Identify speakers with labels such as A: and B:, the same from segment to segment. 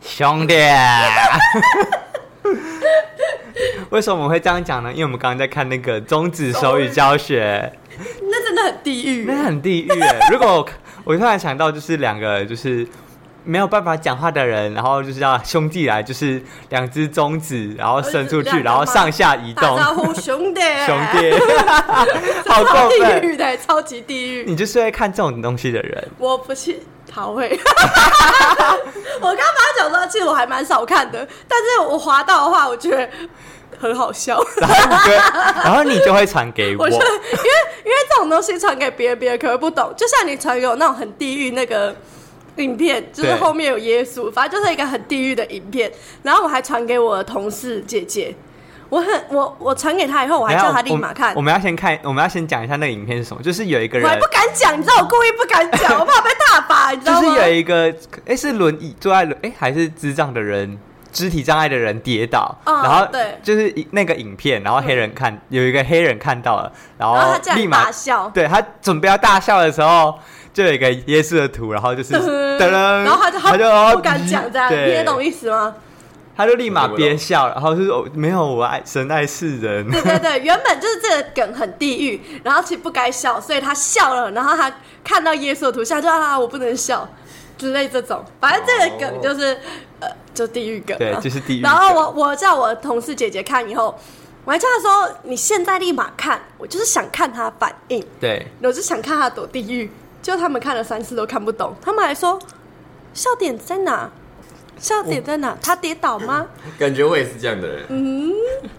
A: 兄弟。 为什么我们会这样讲呢？因为我们刚刚在看那个终止手语教学，
B: 那真的很地狱
A: 那很地狱欸。如果我我突然想到，就是两个就是没有办法讲话的人，然后就是要兄弟来，就是两只中指，然后伸出
B: 就是
A: 去，
B: 两个
A: 然后上下移
B: 打
A: 动，
B: 招呼哎兄弟，
A: 兄弟， 好 过
B: 超地
A: 分！
B: 狱的，超级地狱。
A: 你就是会看这种东西的人，
B: 我不是陶慧， 我刚刚讲说，其实我还蛮少看的，但是我滑到的话，我觉得很好笑。
A: 然后你就会，然后你就会传给我
B: 我觉得，因为因为这种东西传给别人，别人可能不懂。就像你传给我那种很地狱那个影片，就是
A: 对
B: 后面有耶稣，反正就是一个很地狱的影片。然后我还传给我的同事姐姐，我很我我传给她以后，我还
A: 等一下
B: 叫她立马
A: 我。
B: 看
A: 们。我们要先看，我们要先讲一下那个影片是什么，就是有一个
B: 我还
A: 人
B: 不，敢讲，你知道我故意不敢讲，我怕被大把，你知
A: 就
B: 道
A: 是
B: 吗？
A: 有一个哎、是轮椅坐在轮哎、还是智障的人。肢体障碍的人跌倒，
B: 嗯
A: 然后
B: 对
A: 就是一那个影片，然后黑人看、有一个黑人看到了，然
B: 然后
A: 后
B: 他竟
A: 哦立
B: 然
A: 马
B: 大笑，
A: 对他准备要大笑的时候，就有一个耶稣的图，然后 就是
B: 噔
A: 噔噔，
B: 然后他就
A: 他就哦
B: 他不敢讲 这样，
A: 对
B: 你也懂意思吗？
A: 他就立马憋笑，然后就说、哦、没有我爱神爱世 人，
B: 对对对，原本就是这个梗很地狱，然后其实不该笑，所以他笑了，然后他看到耶稣的图像就啊，我不能笑之类这种，反正这个梗就是、呃，就地狱梗、啊，
A: 哦对，就是 地狱梗。
B: 然后我我叫我同事姐姐看以后，我还叫她说你现在立马看，我就是想看她反应，
A: 对
B: 我就想看她躲地狱，就他们看了三次都看不懂，他们还说笑点在哪？笑点在哪？她跌倒吗？
C: 感觉我也是这样的人。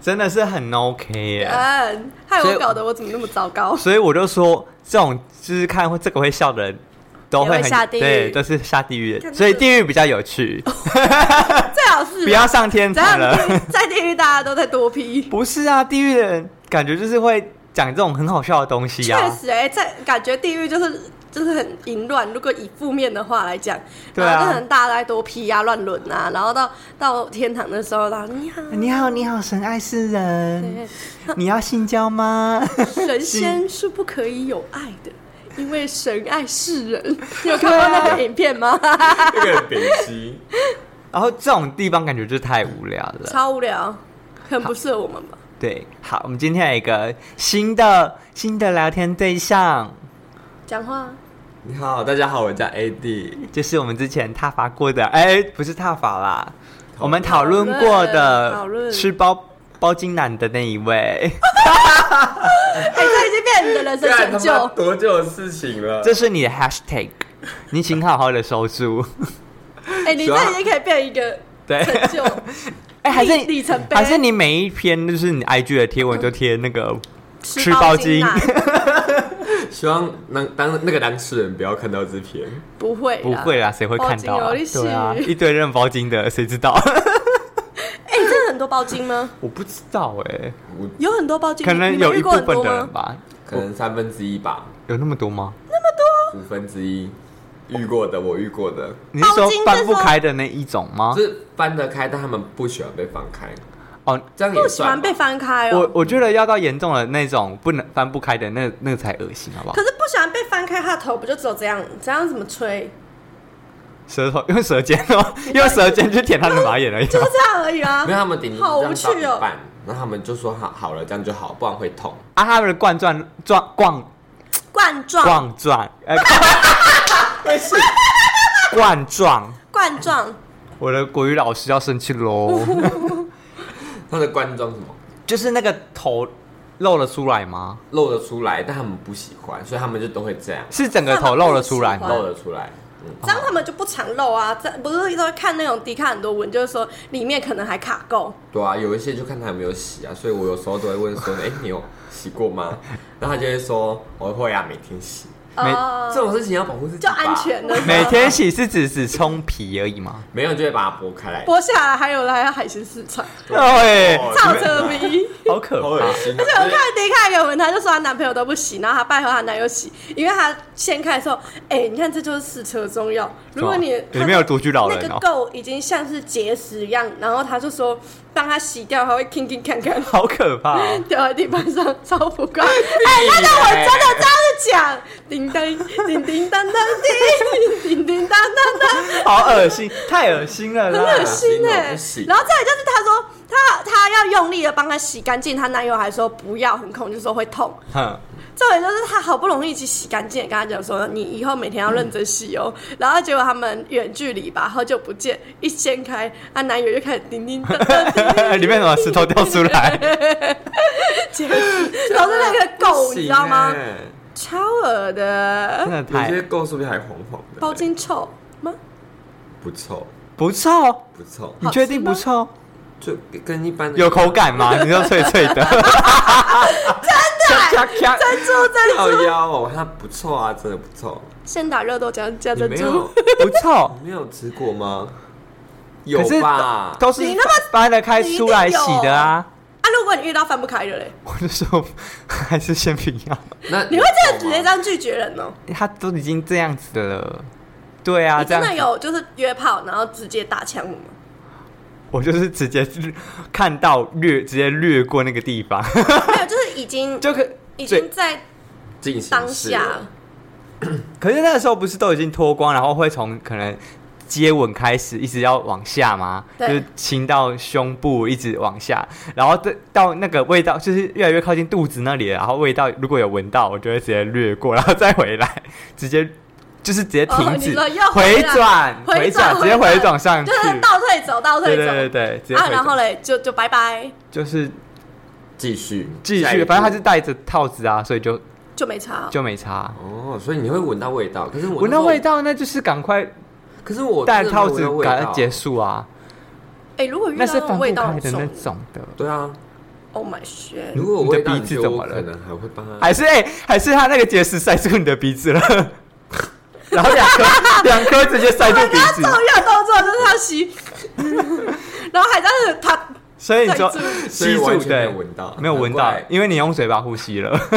A: 真的是很 OK 耶、
B: 嗯，害
A: 哎所以
B: 我搞得我怎么那么糟糕？
A: 所以我就说这种就是看会这个会笑的人。都
B: 也
A: 会
B: 会
A: 很
B: 下地狱
A: 对，都是下地狱
B: 看
A: 的，
B: 这
A: 所以
B: 个
A: 地狱比较有 趣，
B: 最好是
A: 不要上天
B: 怎
A: 堂
B: 样
A: 了。
B: 在地狱大家都在多批。
A: 不是啊，地狱的人感觉就是会讲这种很好笑的东西
B: 确
A: 啊。
B: 实、哎，在感觉地狱就是就是很淫乱。如果以负面的话来讲，
A: 对啊
B: 然后就很大家在多批啊、乱伦啊，然后到到天堂的时候，然后你好，
A: 啊你好，你好，神爱世人，
B: 对
A: 你要性交吗？
B: 神仙是不可以有爱的。因为神爱世人，你有看过那个影片吗？
C: 那个人北西，
A: 然后这种地方感觉就太无聊了。
B: 超无聊，很不适合我们吧？
A: 对，好，我们今天有一个新的新的聊天对象，
B: 讲话啊
C: 你好，大家好，我叫 AD，
A: 就是我们之前踏伐过的，哎、不是踏伐啦，我们讨论
B: 讨论
A: 过
B: 讨
A: 的
B: 论
A: 吃包包金男的那一 位，
B: 哎、这已经变成你的人生成
C: 干他妈
B: 就。
C: 多久的事情了？
A: 这是你的 hashtag，你请好好的收住。
B: 哎、你这已经可以变一个
A: 对，
B: 成就，
A: 哎、还是
B: 里里程碑
A: 还是你每一篇就是你 IG 的贴文就贴那个吃包
B: 金
A: 金
B: 啊，
C: 希望那当那个当事人不要看到这篇。
B: 不会，
A: 不会。啦，谁会看到、啊？
B: 包金有
A: 对啊，
B: 历史
A: 一堆认包金的，谁知道？
B: 哎、真的很多包金吗？
A: 我不知道哎、
C: 我
B: 有很多包金，
A: 可能
B: 你们
A: 有
B: 遇
A: 一部
B: 过很
A: 分
B: 多
A: 的人
B: 吗？
A: 吧，
C: 可能三分之一吧，
A: 有那么多吗？
C: 五分之一遇过的，我遇过的，
A: 你是说
B: 包金
A: 搬不开的那一种吗
C: 就？是翻得开，但他们不喜欢被翻开，
A: 哦，
C: 这样
B: 不
C: 也
B: 喜
C: 算
B: 欢
C: 吗。
B: 被翻开
A: 我
B: 哦。
A: 我觉得要到严重的那种不能翻不开的那那个才恶心，好不好
B: 可？是不喜欢被翻开，他的头不就只有这样？这样怎么吹？
A: 舌头用舌尖哦，用舌尖去舔他的马眼而已。
B: 就这样而已啊
C: 没。有，他们顶
B: 好
C: 多
B: 无
C: 就这样
B: 趣
C: 到
B: 哦
C: 一半，然后他们就说好好了，这样就好，不然会痛。
A: 啊，他们的冠状状冠
B: 冠状，
A: 冠状，呃， 冠状，
B: 冠状，
A: 我的国语老师要生气喽，
C: 他的冠状什么
A: 就是那个头露了出来吗？
C: 露得出来，但他们不喜欢，所以他们就都会这样
A: 是整个头露了出来吗？
B: 哇
C: 露得出来。嗯，
A: 哦
B: 这样他们就不常露啊。这不是都会看那种迪卡很多文，就是说里面可能还卡垢。
C: 对啊，有一些就看他有没有洗啊，所以我有时候都会问说，哎、 你有洗过吗？然后他就会说，我会啊，每天洗。
A: 没
B: 哦
C: 这种事情要保护自己，
B: 就安。全的。
A: 每天洗是只只冲皮而已吗？
C: 没有就会把它剥开来，
B: 剥下来，还有来海鲜市 场，
A: 哎，
B: 造车迷。
A: 好可
C: 好
A: 怕！
C: 恶心、啊。
B: 我看迪卡一个文，她就说她男朋友都不洗，然后她拜托她男友洗，因为她掀开的时候，哎、你看这就是试车中药。如果你
A: 是吗里面有独居老人哦
B: 那个垢已经像是结石一样，然后她就说，当她洗掉，还会听听看看
A: 好可怕、哦！
B: 掉在地板上，超浮夸。哎、那个我真的这样子讲，叮当叮叮当当叮，叮叮当当当。
A: 好恶心，太恶心了
B: 很恶
A: 啦！
B: 心哎、
C: 不行
B: 然后再来就是她说她她要用力的帮她洗干净，她男友还说不要，很恐惧说会痛。
A: 哼，
B: 重点就是她好不容易一起洗干净，跟她讲说你以后每天要认真洗哦。 然后结果他们远距离吧，好久不见，一掀开，她男友又开始叮叮当当叮，
A: 里面什么石头掉出 来？
B: 结果然后是那个
C: 不
B: 狗，
C: 行
B: 你知道 吗？
C: 欸
B: 超恶的
A: 真的
C: 有
A: 太
C: 些狗是不是还黄黄的？
B: 包金臭吗？
C: 不臭，
A: 不臭，
C: 不臭，
A: 你确定不臭？
C: 就跟一般的
A: 有口感 吗？你说脆脆的， 真的
B: 珍珠珍
C: 靠
B: 珠，
C: 腰哦，它不臭啊，真的不臭。
B: 先打热豆浆加
C: 你
B: 珍
C: 没
B: 珠
C: 有。
A: 不臭
C: 你。没有吃过吗？有
A: 可是
C: 吧？
A: 都是
B: 你那么
A: 掰得开出来洗的啊！
B: 啊，如果你遇到翻不开的嘞，
A: 我就说还是先不要，
C: 那
B: 你会真的直接
C: 有
B: 这
C: 吗
B: 样拒绝人哦、
A: 他都已经这样子了。对啊，
B: 你
A: 这
B: 真
A: 样
B: 的
A: 子
B: 有就是约炮然后直接打枪 我吗？
A: 我就是直接看到略直接略过那个地方，
B: 没有，就是已经
A: 就可
B: 已经
A: 最
B: 在
C: 进行
B: 当
C: 式
B: 下
C: 了，
A: 可是那个时候不是都已经脱光，然后会从可能接吻开始，一直要往下吗？就
B: 对
A: 是亲到胸部，一直往下，然后到到那个味道，就是越来越靠近肚子那里了，然后味道如果有闻到，我就会直接略过，然后再回来，直接就是直接停
B: 哦你
A: 止，
B: 说又回
A: 回
B: 来
A: 转，
B: 回转
A: 转，直接
B: 回转
A: 回转上去
B: 就，是倒退走，倒退
A: 对
B: 走。
A: 对对对，直接
B: 啊，
A: 回
B: 然后
A: 转，
B: 嘞，就就拜拜，
A: 就是
C: 继续
A: 继
C: 下一
A: 续，
C: 步
A: 反正他是戴着套子啊，所以就
B: 就没差。
A: 就没差。
C: 哦，所以你会闻到味道，可是我
A: 闻
C: 那
A: 到
C: 时候
A: 味，道，哦那就是赶快
C: 可是我
A: 戴
C: 真的没
A: 套
C: 有
A: 子
C: 闻到味
A: 赶快
C: 道
A: 结。束啊！
B: 哎、如果遇
A: 那
B: 到
A: 是
B: 那
A: 放
B: 种
A: 不
B: 味道
A: 开
B: 很
A: 的那
B: 重
A: 种的，
C: 对啊，
B: ，Oh my shit！
C: 如果我
A: 你的
C: 味道
A: 鼻
C: 很
A: 子
C: 重
A: 怎么
C: 我
A: 了
C: 可能还会帮他
A: 还是哎、还是他那个结石塞住你的鼻子了，然后两 颗两颗直接塞住鼻
B: 他
A: 子
B: 重，要动作就是他吸， 然后还在那里啪，
A: 所以你说
B: 塞住
C: 所以
A: 吸
C: 完
A: 住对，
C: 全没有闻到
A: 没有闻
C: 难
A: 到
C: 怪，
A: 因为你用嘴巴呼吸了。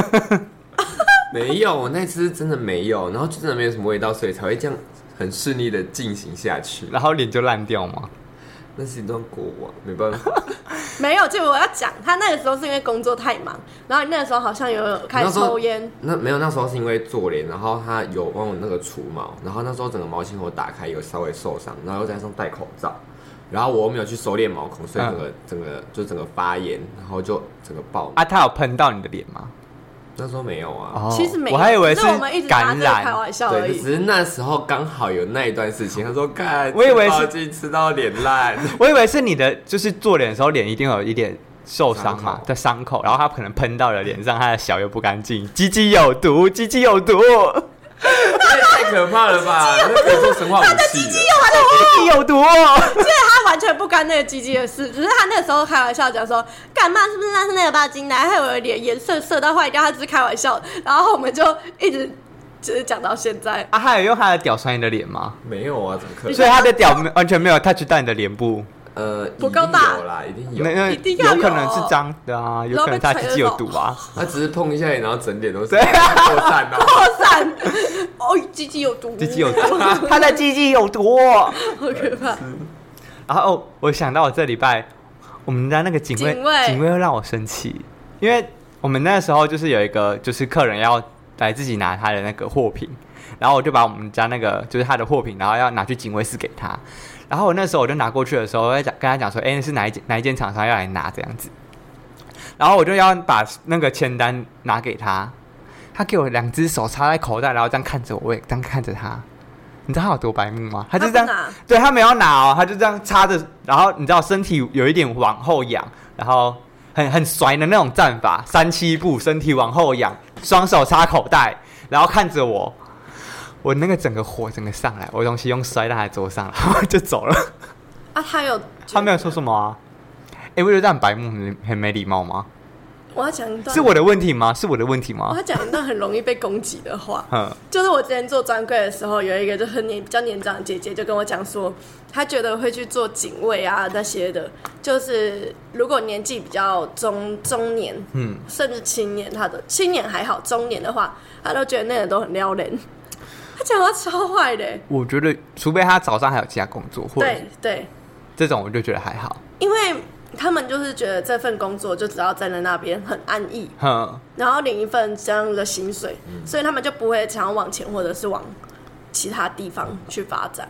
C: 没有，我那次真的没有，然后就真的没有什么味道，所以才会这样很顺利的进行下去。
A: 然后脸就烂掉嘛。
C: 那是一段过往，没办法。
B: 没有。这个我要讲，他那个时候是因为工作太忙，然后你那个时候好像有开
C: 那
B: 始
C: 时候
B: 抽烟，
C: 那没有，那时候是因为做脸，然后他有帮我那个除毛，然后那时候整个毛孔我打开有稍微受伤，然后又加上戴口罩，然后我又没有去收敛毛孔，所以整个、整个就整个发炎，然后就整个爆。
A: 啊，他有喷到你的脸吗？
C: 那时候没有啊，
A: 哦
B: 其实没有，
A: 我还以为
B: 只是我们一直拿
A: 感
B: 这个开
A: 染。
B: 玩笑而
C: 对，
B: 已
C: 只。是那时候刚好有那一段事情。他说：“看，
A: 我以为是
C: 吃包鸡吃到脸 烂，
A: 我以为是你的，就是做脸的时候脸一定有一点受伤
C: 伤
A: 嘛
C: 口
A: 的伤口，然后他可能喷到了脸上，他的小又不干净，鸡鸡有毒，鸡鸡有 毒，
C: 太太可怕了吧？
B: 哦
C: 那可以做生化武器了。
A: 鸡鸡有毒。哦
B: 他完全不干那个鸡鸡的事，只是他那时候开玩笑讲说，干嘛是不是那是那个巴金奶，害我的脸颜色色到坏掉，他只是开玩笑，然后我们就一直就是讲到现在。
A: 啊，他有用他的屌甩你的脸吗？”
C: 没有啊，怎么可能
A: 所？以他的屌没完全没有 touch 到你的脸部，
C: 呃，
B: 不够大
C: 一定有啦，一定有
A: 那。那
B: 一定要有
A: 有可能是脏的啊，有可能他自己有毒啊。
C: 他只是碰一下你，然后整脸都是
A: 对
C: 扩散哦。
B: 扩散，哦，鸡鸡有毒，
A: 鸡鸡有毒，啊他的鸡鸡有毒。 哦
B: 好可怕。
A: 然后哦我想到我这礼拜我们家那个警卫，
B: 警卫
A: 警卫会让我生气，因为我们那时候就是有一个就是客人要来自己拿他的那个货品，然后我就把我们家那个就是他的货品，然后要拿去警卫室给他。然后我那时候我就拿过去的时候，我在讲跟他讲说，哎，是哪一间哪一间厂商要来拿这样子。然后我就要把那个签单拿给他，他给我两只手插在口袋，然后这样看着我，我也这样看着他。你知道他有多白目吗？他就这样
B: 他不拿，
A: 对他没有拿哦，他就这样插着，然后你知道身体有一点往后仰，然后很很甩的那种站法，三七步，身体往后仰，双手插口袋，然后看着我。我那个整个火整个上来， 我东西用摔到他的桌上，然后就走了。
B: 啊，他有，
A: 他没有说什么啊？哎、我觉得这样白目很很没礼貌吗？
B: 我要讲一段，
A: 是我的问题吗？是我的问题
B: 我
A: 吗
B: 要？讲一段很容易被攻击的话。
A: 哼，
B: 就是我之前做专柜的时候，有一个就很年比较年长的姐姐就跟我讲说，她觉得会去做警卫啊那些的，就是如果年纪比较中中年，
A: 嗯，
B: 甚至青年，她的青年还好，中年的话，她都觉得那个都很撩人。她讲话超坏的欸、
A: 我觉得除非他早上还有其他工作，或者
B: 对对，
A: 这种我就觉得还好。
B: 因为他们就是觉得这份工作就只要站在那边很安逸，
A: 哼，
B: 然后领一份这样的薪水，所以他们就不会想要往前或者是往其他地方去发展。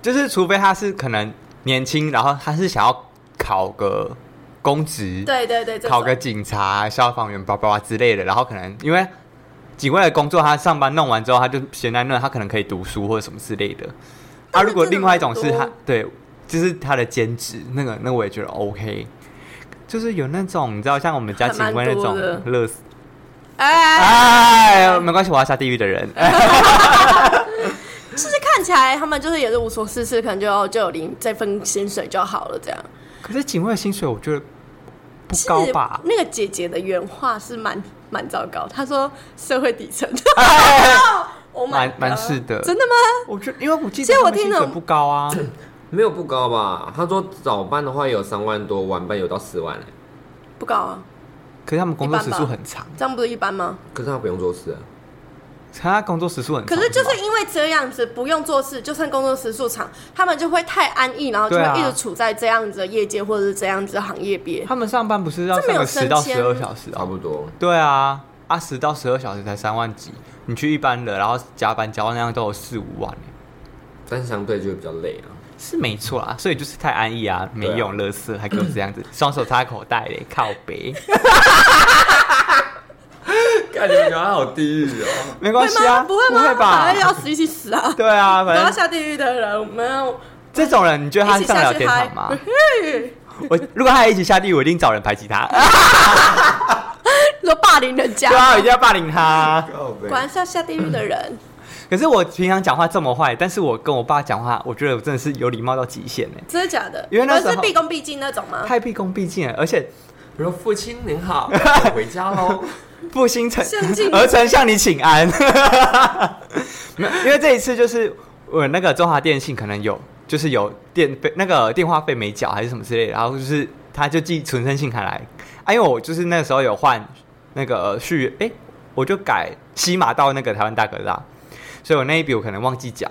A: 就是除非他是可能年轻，然后他是想要考个公职，
B: 对对对，这
A: 考个
B: 种
A: 警察、消防员、叭叭叭之类的，然后可能因为警卫的工作，他上班弄完之后，他就闲在那，他可能可以读书或者什么之类的。啊，
B: 但是
A: 如果另外一种
B: 这
A: 是
B: 种很
A: 他
B: 多
A: 对，就是他的兼职，那个那我也觉得 OK。就是有那种你知道，像我们家
B: 还
A: 警
B: 蛮
A: 卫那
B: 多
A: 种
B: 的
A: 乐死，
B: 哎，
A: 哎，没关系，我要下地狱的人，哎，
B: 就是看起来他们就是也是无所事事，可能就就有领这份薪水就好了这样。
A: 可是警卫的薪水我觉得不
B: 其实
A: 高吧？
B: 那个姐姐的原话是蛮蛮糟糕，她说社会底层， Oh 我
A: 哎蛮蛮是的
B: 真的吗？
A: 我觉得因为我记
B: 其
A: 得
B: 实我
A: 他们薪
B: 听了
A: 水不高啊，
C: 没有不高吧？他说早班的话有三万多，晚班有到四万、欸、
B: 不高啊，
A: 可是他们工作
B: 一般
A: 时
B: 吧
A: 数很长，
B: 这样不是一般吗？
C: 可是他不用做事啊。
A: 他工作时数很
B: 可
A: 长，
B: 是就是
A: 吗
B: 因为这样子不用做事，就算工作时数长，他们就会太安逸，然后就
A: 对啊
B: 会一直处在这样子的业界或者是这样子的行业别。
A: 他们上班不是要
B: 这
A: 上
B: 没有
A: 个十到
B: 升迁
A: 十二小时
C: 差
A: 啊？
C: 不多。
A: 对啊，啊十到十二小时才三万几，你去一般的，然后加班加到那样都有四五万欸，
C: 但相对就会比较累啊。
A: 是没错啦。所以就是太安逸啊，没
C: 对啊
A: 用，乐色还给我这样子，双手插口袋嘞，靠 背，
C: 感觉他好地狱哦。
A: 没关系啊，
B: 不会吗？
A: 不会吧
B: 反正？要死一起死啊！
A: 对啊，
B: 都要
A: 反正
B: 下地狱的人，我们要
A: 这种人，你觉得他
B: 一起
A: 上得
B: 下
A: 了
B: 去
A: 天
B: 嗨
A: 堂吗？我如果他一起下地狱，我一定找人排挤他，
B: 说霸凌人家
A: 对，啊，我一定要霸凌他。
B: 果然是要下地狱的人。
A: 可是我平常讲话这么坏，但是我跟我爸讲话，我觉得我真的是有礼貌到极限呢，
B: 真的假的？
A: 因为那时候
B: 你们是毕恭毕敬那种吗？
A: 太毕恭毕敬了，而且
C: 我说父亲您好，我回家喽。
A: 复兴城
B: 向进
A: 儿臣向你请安。 没有，因为这一次就是我那个中华电信可能有，就是有电费那个电话费没缴还是什么之类的，然后就是他就寄存申信函来，啊，因为我就是那时候有换那个续约，哎、我就改西马到那个台湾大哥大，所以我那一笔我可能忘记缴，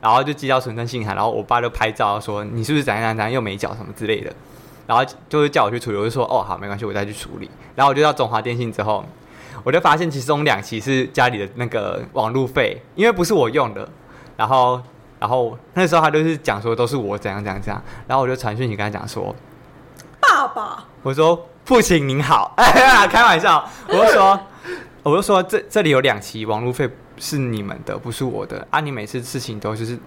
A: 然后就寄到存申信函，然后我爸就拍照说你是不是怎样怎样怎样又没缴什么之类的。然后就是叫我去处理，我就说哦好，没关系，我再去处理。然后我就到中华电信之后，我就发现其中两期是家里的那个网路费，因为不是我用的，然后然后那时候他就是讲说都是我怎样怎样怎样，然后我就传讯息跟他讲说，
B: 爸爸，
A: 我说父亲您好， 哎呀，开玩笑，我就说我就说这这里有两期网路费是你们的，不是我的啊，你每次事情都就是。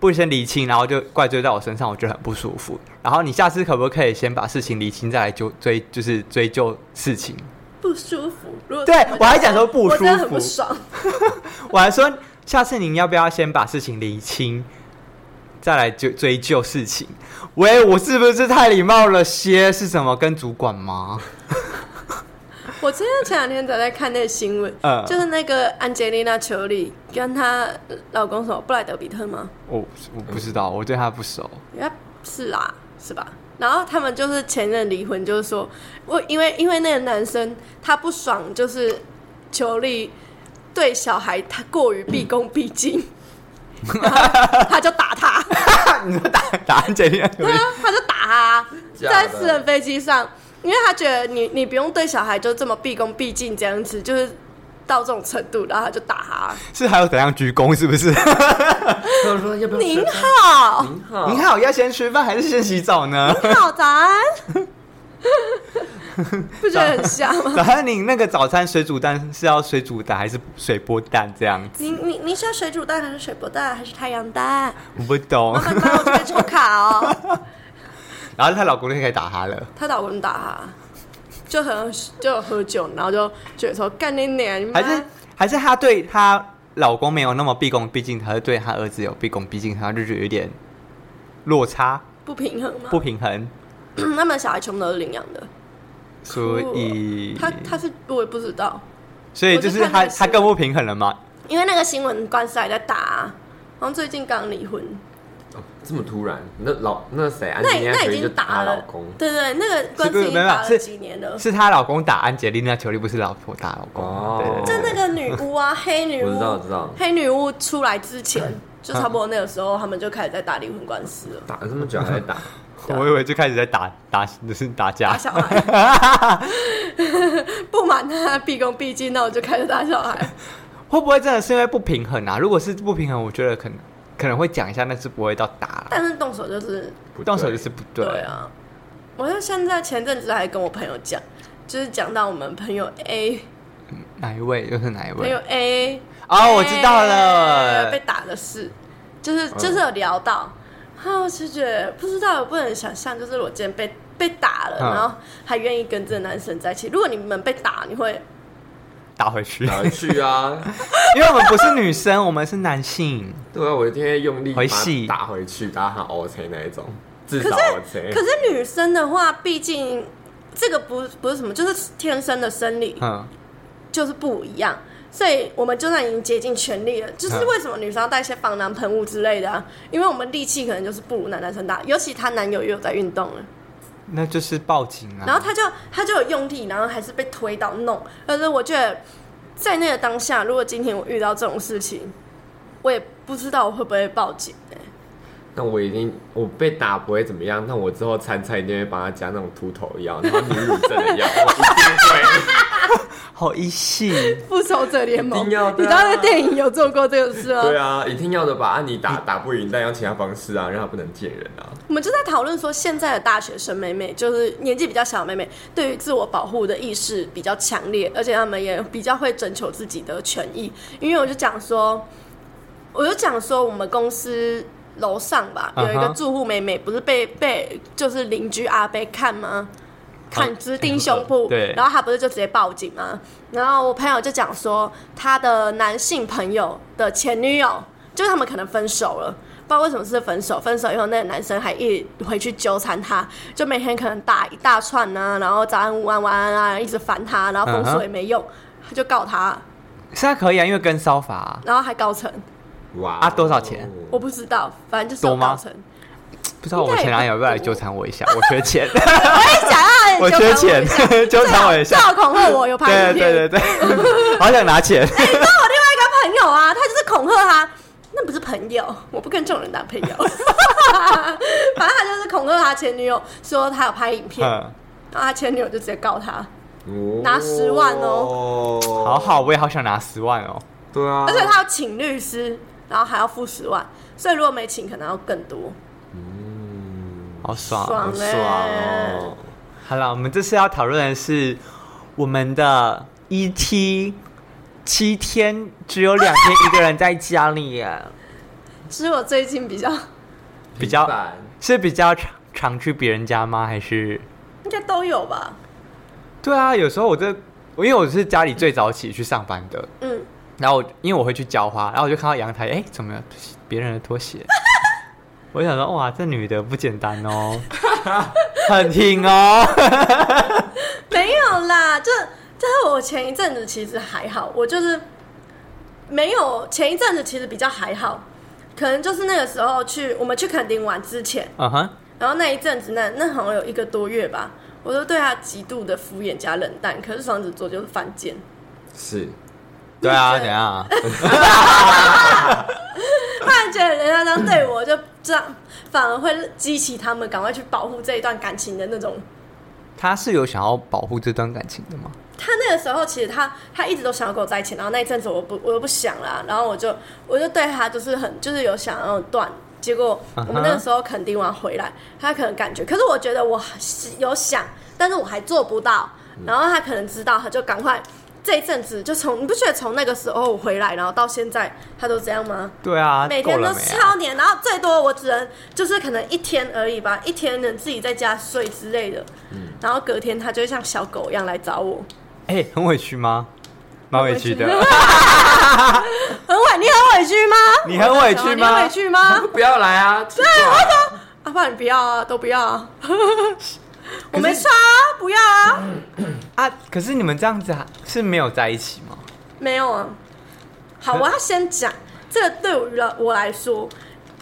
A: 不先厘清，然后就怪罪到我身上，我觉得很不舒服。然后你下次可不可以先把事情厘清，再来纠追，就是追究事情？
B: 不舒服。如果
A: 对我还讲说不舒服
B: 我真的很不爽。
A: 我还说，下次您要不要先把事情理清，再来追追究事情？喂，我是不是太礼貌了些？是什么跟主管吗？
B: 我真的前两天才在看那个新闻，
A: 嗯
B: 就是那个安吉丽娜·裘丽跟她老公什么布莱德比特吗？
A: 我哦我不知道，我对他不熟。
B: 应该是啦，是吧？然后他们就是前任离婚，就是说我因为因为那个男生他不爽，就是裘丽对小孩他过于毕恭毕敬，然后他就打他。
A: 你说打打安杰丽娜裘
B: 对
A: 丽
B: 啊，他就打他，
C: 假
B: 在
C: 的
B: 私人飞机上，因为他觉得你你不用对小孩就这么毕恭毕敬这样子，就是到这种程度，然后他就打他。
A: 是还有怎样鞠躬？是不 是？
C: 他说要不要？
B: 您，好，
C: 您好，
A: 您好，要先吃饭还是先洗澡呢？
B: 您好，早安，不觉得很像吗？
A: 早上你那个早餐水煮蛋是要水煮蛋还是水波蛋这样子？
B: 你你你是要水煮蛋还是水波蛋还是太阳蛋？
A: 我不懂
B: 麻。烦帮我这边抽卡哦。
A: 然后她老公就开始打她了。
B: 她老公打她，就很就有喝酒，然后就觉得说干你娘，你妈
A: 还是还是她对她老公没有那么毕恭毕敬，她是对她儿子有毕恭毕敬，她就觉得有点落差
B: 不平衡吗
A: 不？平衡，
B: 他们小孩全部都是领养的。
A: 所以
B: 他他是我也不知道，
A: 所以就是
B: 我是看那
A: 她
B: 个
A: 她更不平衡了嘛。
B: 因为那个新闻官司还在打、啊，好像最近刚离婚，
C: 哦这么突然，那老那谁，安
B: 那
C: 吉丽
B: 已
C: 娜
B: 那已
C: 裘丽就
B: 经
C: 打
B: 打
C: 她老
B: 了
C: 公，。
B: 对对，那个官司已经
A: 没有
B: 打
A: 是
B: 了几年了。
A: 是她老公打安吉丽娜·裘丽，不是老婆打老公。
C: 哦
A: 对对
B: 就
A: 对
B: 那个女巫啊，黑女
C: 我
B: 巫，
C: 知道我知道
B: 黑女巫出来之前，就差不多那个时候，他们就开始在打离婚官司了。
C: 打了这么久还在打，
B: 对啊
A: 我以为就开始在打打，就是打架
B: 打。小孩，不满他毕恭毕敬，那我就开始打小 孩。
A: 会不会真的是因为不平衡啊？如果是不平衡，我觉得可能可能会讲一下，但是不会到打啦。
B: 但是动手就是
C: 不
A: 动手
C: 对
A: 就是不对。
B: 啊，我就现在前阵子还跟我朋友讲，就是讲到我们朋友 A，
A: 哪一位？又是哪一
B: 朋友
A: 位？
B: A，哎
A: 哦，我知道了嗯
B: 被。打的事，就是就是有聊到，然后我就觉得不知道，我不能想象，就是我今天被被打了，
A: 嗯
B: 然后还愿意跟这个男生在一起。如果你们被打，你会
A: 哎打回去，
C: 哪去啊？
A: 因为我们不是女生，我们是男性。
C: 对啊，我天天用力
A: 回
C: 把它
A: 戏
C: 打回去，打很 OK 那一种，至
B: 可
C: 少
B: 是
C: OK
B: 可。是女生的话，毕竟这个不不是什么，就是天生的生理
A: 嗯，
B: 就是不一样。所以我们就算已经竭尽全力了，就是
A: 嗯
B: 为什么女生要带一些防狼喷雾之类的、啊？因为我们力气可能就是不如男男生大，尤其她男友也有在运动了，
C: 嗯
A: 那就是报警啊。
B: 然后她就她就有用力，然后还是被推到弄。可是我觉得在那个当下，如果今天我遇到这种事情，我也不知道我会不会报警、 欸。
C: 那我已经我被打不会怎么样，那我之后参赛一定会帮他加那种秃头药，然后女乳症的药， 我一
A: 好一系，
B: 复仇者联盟，
C: 一定要的啊
B: 你知道那电影有做过这个事
C: 定
B: 吗？
C: 会。对啊，一定要的吧？啊，你打打不赢，但用其他方式啊，让他不能见人啊。
B: 我们就在讨论说，现在的大学生妹妹，就是年纪比较小的妹妹，对于自我保护的意识比较强烈，而且她们也比较会征求自己的权益。因为我就讲说，我就讲说，我们公司楼上吧，有一
A: 嗯
B: 个
A: 哼
B: 住户妹妹，不是被被就是邻居阿伯看吗？看直盯胸部，
A: 对
B: 然后她不是就直接报警吗？然后我朋友就讲说，她的男性朋友的前女友，就是他们可能分手了，不知道为什么是分手。分手以后，那个男生还一直回去纠缠她，就每天可能打一大串啊，然后早安、午安、晚安啊，一直烦她，然后封锁也没用，她就告他，
A: 现在可以啊，因为跟骚法啊、
B: 然后还告成，
C: 哇哦
A: 啊多少钱
B: 我不知道，反正就是有
A: 多吗
B: 告成。
A: 不知道我前男友要不要来纠缠我一 下？我缺钱，
B: 我也想要，
A: 我缺钱，纠缠我一下。
B: 赵恐吓我有拍
A: 对
B: 影片，哎
A: 对对对， 好想拿钱。
B: 我另外一个朋友啊，他就是恐吓他，那不是朋友，我不跟这种人当朋友。反正他就是恐吓他前女友，说他有拍影片，
A: 嗯，
B: 然后他前女友就直接告他，
C: 哦
B: 拿10万
C: 哦，
A: 好好，我也好想拿十万哦。
C: 对啊，
B: 而且他要请律师，然后还要付十万，所以如果没请，可能要更多。
A: 好爽哦。
B: 爽欸
C: 好
B: 嘞、
C: 爽哦。
A: 好了，我们这次要讨论的是我们的 ET 七天只有两天一个人在家里耶，
B: 其实我最近比较
A: 比较
C: 平板
A: 是比较常常去别人家吗？还是？
B: 应该都有吧，
A: 对啊，有时候我这我因为我是家里最早起去上班的，
B: 嗯，
A: 然后我因为我会去浇花，然后我就看到阳台，哎，怎么有别人的拖鞋？ 我就想说，哇，这女的不简单哦， 很挺哦。
B: 没有啦，就就是我前一阵子其实还好，我就是没有前一阵子其实比较还好，可能就是那个时候去我们去垦丁玩之前，
A: 嗯哼，
B: 然后那一阵子那那好像有一个多月吧，我都对他极度的敷衍加冷淡，可是双子座就是犯贱，
C: 是
A: 对 啊，怎样？
B: 突然觉得人家这样对我，就这样反而会激起他们赶快去保护这一段感情的那种
A: 他是有想要保护这段感情的吗？
B: 他那个时候其实他他一直都想要跟我在一起，然后那一阵子我不我又不想啦，然后我就我就对他就是很就是有想要断，结果
A: 嗯哼
B: 我们那个时候肯定完回来，他可能感觉，可是我觉得我是有想，但是我还做不到，
A: 嗯
B: 然后他可能知道，他就赶快这一阵子就从你不觉得从那个时候回来，然后到现在他都这样吗？
A: 对啊，
B: 每
A: 够
B: 天
A: 了
B: 都
A: 没
B: 超
A: 啊？
B: 黏，然后最多我只能就是可能一天而已吧，一天能自己在家睡之类的，
A: 嗯
B: 然后隔天他就会像小狗一样来找我。
A: 哎、很委屈吗？蛮委屈的，
B: 很委，你很委屈吗？
A: 你很委屈吗
B: 你很委屈吗？
C: 不要来啊！对，
B: 啊，不然你不要啊，都不要啊。 我没差啊，不要啊，
A: 啊，可是你们这样子啊是没有在一起吗？
B: 没有啊。好，我要先讲，这个对我来我来说，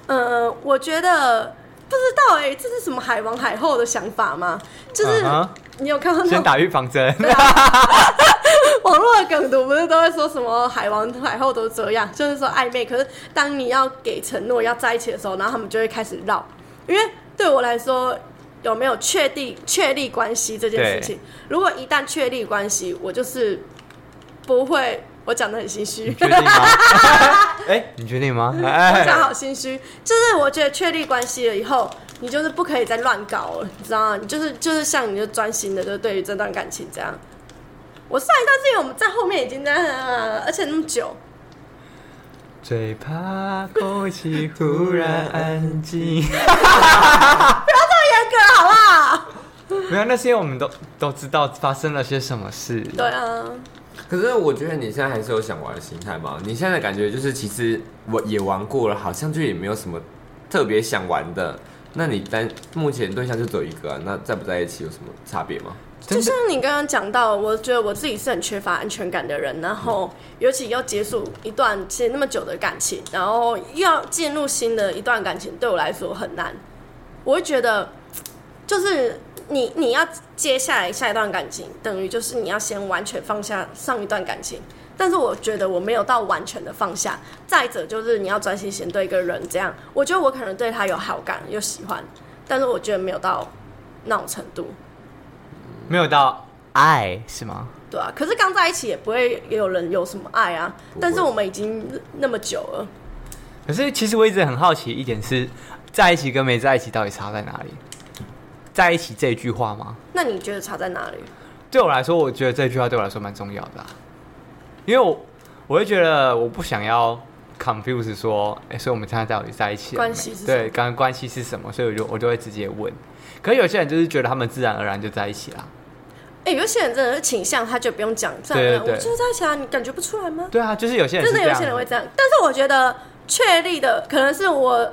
B: 呃，我觉得不知道哎、这是什么海王海后的想法吗？就是、
A: 嗯哼
B: 你有看到那
A: 先
B: 种
A: 打预防针，
B: 网络的梗图不是都会说什么海王海后都这样，就是说暧昧。可是当你要给承诺要在一起的时候，然后他们就会开始绕，因为对我来说，有没有确定确立关系这件事情？如果一旦确立关系，我就是不会，我讲的很心虚
A: 你，确定吗？哎，你确定吗？
B: 我讲
A: 哎，
B: 好心虚，就是我觉得确立关系了以后，你就是不可以再乱搞了，你知道吗？你就是就是像你就专心的，就对于这段感情这样。我上一段是因为我们在后面已经在，呃而且那么久，
A: 最怕空气忽然安静。
B: 严格好不好？
A: 没有，那是因为我们都都知道发生了些什么事。
B: 对啊，
C: 可是我觉得你现在还是有想玩的心态嘛？你现在的感觉就是，其实我也玩过了，好像就也没有什么特别想玩的。那你单目前对象就只有一个、啊，那在不在一起有什么差别吗？
A: 真
B: 就
A: 的
B: 像你刚刚讲到，我觉得我自己是很缺乏安全感的人，然后
A: 嗯
B: 尤其要结束一段其实那么久的感情，然后要进入新的一段感情，对我来说很难。我会觉得，就是你你要接下来下一段感情，等于就是你要先完全放下上一段感情。但是我觉得我没有到完全的放下。再者就是你要专心先对一个人这样，我觉得我可能对他有好感有喜欢，但是我觉得没有到那种程度。
A: 没有到爱是吗？
B: 对啊，可是刚在一起也不会有人有什么爱啊
C: 不。会
B: 但是我们已经那么久了，
A: 可是其实我一直很好奇一点是，在一起跟没在一起到底差在哪里？在一起这句话吗？
B: 那你觉得差在哪里？
A: 对我来说，我觉得这句话对我来说蛮重要的啊、因为我我会觉得我不想要 confuse 说，哎、所以我们现在到底在一起了没
B: 关系是什么
A: 对，刚刚关系是什么？所以我就我就会直接问。可是有些人就是觉得他们自然而然就在一起啦。
B: 哎、有些人真的是倾向，他就不用讲，这样
A: 对对
B: 我
A: 对
B: 们就是在一起啊，你感觉不出来吗？
A: 对啊，就是有些人是这
B: 真的
A: 样
B: 有些人会这样，但是我觉得确立的可能是我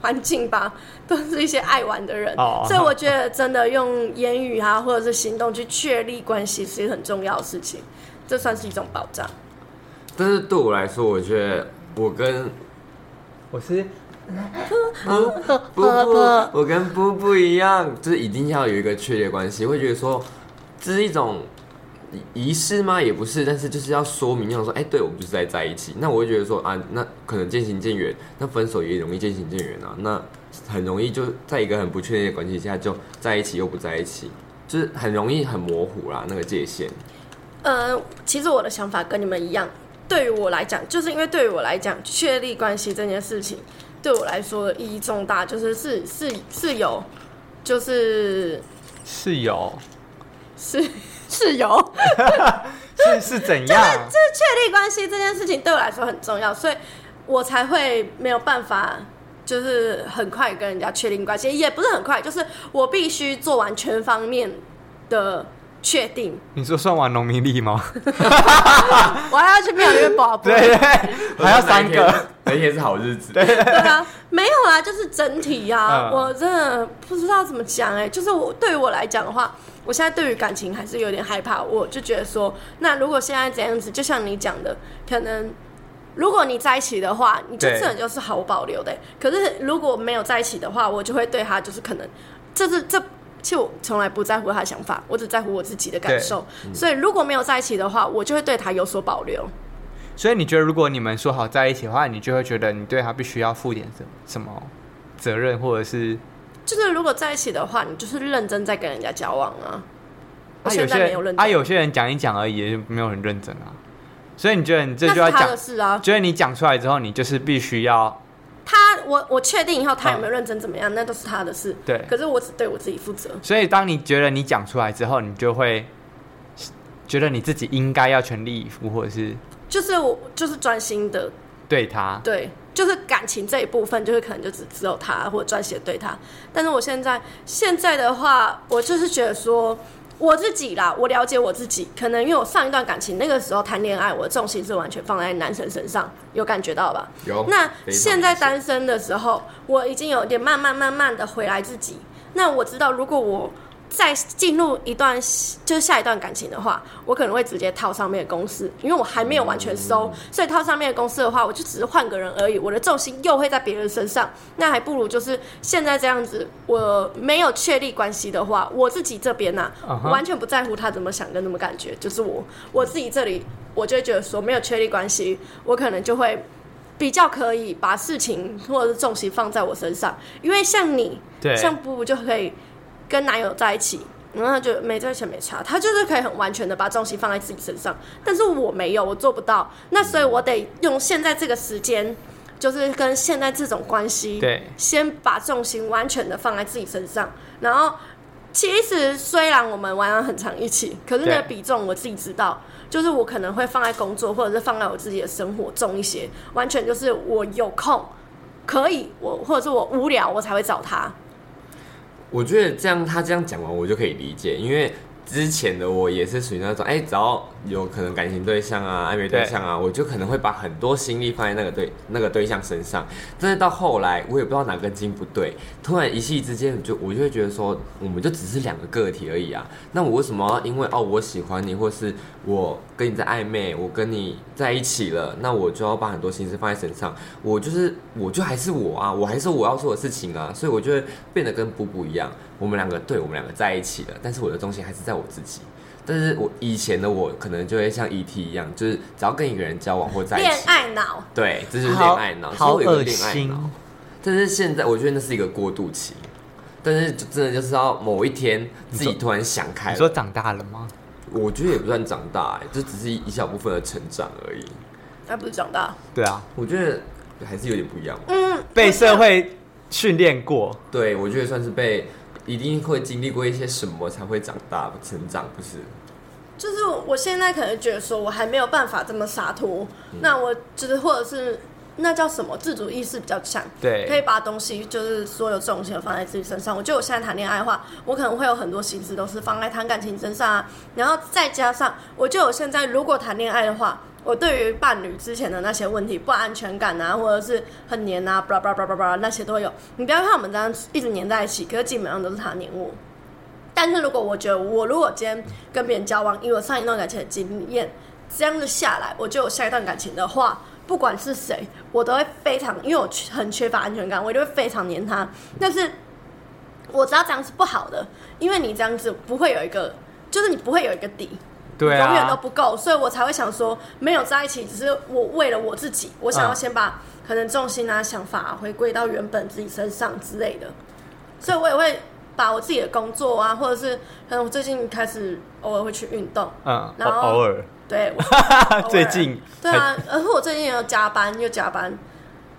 B: 环境吧， 都是一些爱玩的人，
A: 哦
B: 所以我觉得真的用言语啊或者是行动去确立关系是很重要的事情，这算是一种保障。
C: 但是对我来说，我觉得我跟
A: 我是
C: 布布布，我跟布布一样，就是一定要有一个确立的关系，会觉得说这是一种仪式吗？也不是，但是就是要说明，要说，哎、对我们就是在在一起。那我会觉得说啊，那可能渐行渐远，那分手也容易渐行渐远啊，那很容易就在一个很不确定的关系下就在一起又不在一起，就是很容易很模糊啦那个界限。
B: 呃，其实我的想法跟你们一样。对于我来讲，就是因为对于我来讲，确立关系这件事情，对我来说意义重大，就是是是是有，就是
A: 室友，
B: 是是有。
A: 是是怎样？
B: 就是确立关系这件事情对我来说很重要，所以我才会没有办法，就是很快跟人家确定关系，也不是很快，就是我必须做完全方面的确定，
A: 你说算完农民历吗？
B: 我还要去庙里面保卜。
A: 对对，还要三个。，
C: 那一天是好日子。
B: 对啊，没有啦，就是整体呀、啊，
A: 嗯
B: 我真的不知道怎么讲哎、就是我对于我来讲的话，我现在对于感情还是有点害怕，我就觉得说，那如果现在这样子，就像你讲的，可能如果你在一起的话，你就
A: 对
B: 真的就是毫无保留的欸、可是如果没有在一起的话，我就会对他就是可能，这是这。其实我从来不在乎他的想法，我只在乎我自己的感
A: 对
B: 受。所以如果没有在一起的话，我就会对他有所保留。
A: 所以你觉得，如果你们说好在一起的话，你就会觉得你对他必须要负点什什么责任，或者是
B: 就是如果在一起的话，你就是认真在跟人家交往啊。我
A: 有
B: 现
A: 些
B: 在没有
A: 人
B: 认
A: 啊，
B: 真，
A: 有些人讲一讲而已，也没有很认真啊。所以你觉得你这
B: 那
A: 句话
B: 是他
A: 讲
B: 的，事啊。
A: 觉得你讲出来之后，你就是必须要
B: 他我我确定以后他有没有认真怎么样，那都是他的事。
A: 嗯对
B: 可是我只对我自己负责。
A: 所以，当你觉得你讲出来之后，你就会觉得你自己应该要全力以赴，或者是
B: 就是我就是专心的
A: 对他。
B: 对，就是感情这一部分，就是可能就只只有他或者专心地对他。但是我现在现在的话，我就是觉得说。我自己啦，我了解我自己，可能因为我上一段感情那个时候谈恋爱，我的重心是完全放在男生身上，有感觉到吧？
C: 有
B: 那
C: 非常
B: 现在
C: 明显
B: 单身的时候，我已经有点慢慢慢慢的回来自己。那我知道，如果我再进入一段就是下一段感情的话，我可能会直接套上面的公式，因为我还没有完全
C: 嗯
B: 收，所以套上面的公式的话，我就只是换个人而已，我的重心又会在别人身上，那还不如就是现在这样子，我没有确立关系的话，我自己这边呐、
C: 啊
A: 嗯哼
B: 我完全不在乎他怎么想跟怎么感觉，就是我我自己这里，我就会觉得说没有确立关系，我可能就会比较可以把事情或者是重心放在我身上，因为像你，
A: 对
B: 像布布就可以跟男友在一起，然后就没在一起没差，他就是可以很完全的把重心放在自己身上。但是我没有，我做不到，那所以我得用现在这个时间，就是跟现在这种关系，
A: 对
B: 先把重心完全的放在自己身上，然后。其实虽然我们玩了很长一起，可是那个
A: 对
B: 比重我自己知道，就是我可能会放在工作或者是放在我自己的生活重一些，完全就是我有空可以我或者是我无聊我才会找他，
C: 我觉得这样他这样讲完，我就可以理解，因为之前的我也是属于那种，哎、只要有可能感情对象啊、暧昧对象啊，我就可能会把很多心力放在那个对那个对象身上。但是到后来，我也不知道哪根筋不对，突然一夕之间，就我就会觉得说，我们就只是两个个体而已啊。那我为什么要因为哦我喜欢你，或是我跟你在暧昧，我跟你在一起了，那我就要把很多心思放在身上。我就是我就还是我啊，我还是我要做的事情啊，所以我就会变得跟布布一样，我们两个对我们两个在一起了，但是我的重心还是在我自己。但是我以前的我可能就会像 E.T. 一样，就是只要跟一个人交往或在一
B: 恋
C: 起，
B: 爱脑。
C: 对，这就是恋
A: 好
C: 爱脑，
A: 好
C: 所以我有个
A: 恶
C: 恋爱
A: 心
C: 脑。但是现在我觉得那是一个过渡期，但是就真的就是要某一天自己突然想开
A: 你说
C: 了，
A: 长大了吗？
C: 我觉得也不算长大、欸，这只是一小部分的成长而已。
B: 那哎不是长大，
A: 对啊，
C: 我觉得还是有点不一样。
B: 嗯，
A: 被社会训练过，
C: 对，我觉得算是被一定会经历过一些什么才会长大成长，不是？
B: 就是我现在可能觉得说我还没有办法这么洒脱，那我就是或者是那叫什么自主意识比较强，
A: 对
B: 可以把东西就是所有重心放在自己身上。我觉得我现在谈恋爱的话，我可能会有很多心思都是放在谈感情身上啊，然后再加上我觉得我现在如果谈恋爱的话。我对于伴侣之前的那些问题，不安全感啊，或者是很黏啊，巴拉巴拉巴拉巴拉那些都有。你不要看我们这样一直黏在一起，可是基本上都是他黏我。但是如果我觉得我如果今天跟别人交往，以我上一段感情的经验，这样子下来，我觉得我下一段感情的话，不管是谁，我都会非常，因为我缺很缺乏安全感，我就会非常黏他。但是我知道这样是不好的，因为你这样子不会有一个，就是你不会有一个底，
A: 对
B: 永远都
A: 啊，
B: 不够，所以我才会想说，没有在一起，只是我为了我自己，我想要
A: 嗯
B: 先把可能重心啊、想法、啊、回归到原本自己身上之类的，所以我也会把我自己的工作啊，或者是可能我最近开始偶尔会去运动，
A: 嗯，偶
B: 然后
A: 偶尔，
B: 对，我偶尔
A: 最近
B: 对啊，而且我最近也有加班，又加班。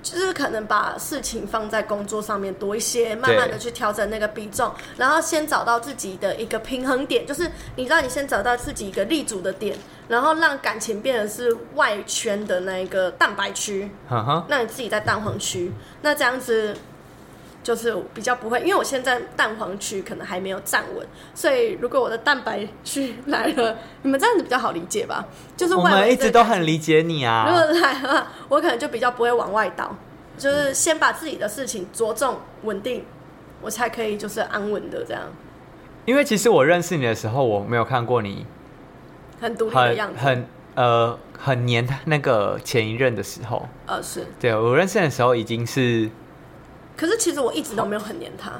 B: 就是可能把事情放在工作上面多一些，慢慢的去调整那个比重，然后先找到自己的一个平衡点，就是你知道你先找到自己一个立足的点，然后让感情变成是外圈的那一个蛋白区，
A: 哼哼，
B: 那你自己在蛋黄区，那这样子就是比较不会，因为我现在蛋黄区可能还没有站稳，所以如果我的蛋白区来了，你们这样子比较好理解吧？就是
A: 我
B: 外围
A: 们一
B: 这
A: 直
B: 个
A: 都
B: 感
A: 很理解你
B: 如果
A: 啊，
B: 来的话，我可能就比较不会往外倒，就是先把自己的事情着重稳定，我才可以就是安稳的这样，
A: 因为其实我认识你的时候，我没有看过你
B: 很独立的样
A: 很
B: 子。
A: 很呃很黏他那个前一任的时候，
B: 呃，是。
A: 对我认识你的时候已经是
B: 可是其实我一直都没有很黏他，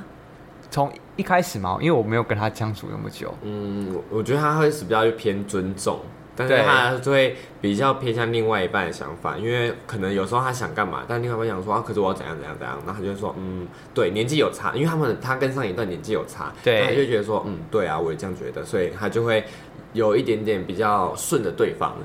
A: 从一开始嘛，因为我没有跟他相处那么久，
C: 嗯，我觉得他会是比较偏尊重，但是
A: 对
C: 他就会比较偏向另外一半的想法，因为可能有时候他想干嘛，但另外一半想说啊，可是我要怎样怎样怎样，然后他就会说，嗯，对，年纪有差，因为他们他跟上一段年纪有差，
A: 对
C: 他就会觉得说，嗯，对啊，我也这样觉得，所以他就会有一点点比较顺着对方，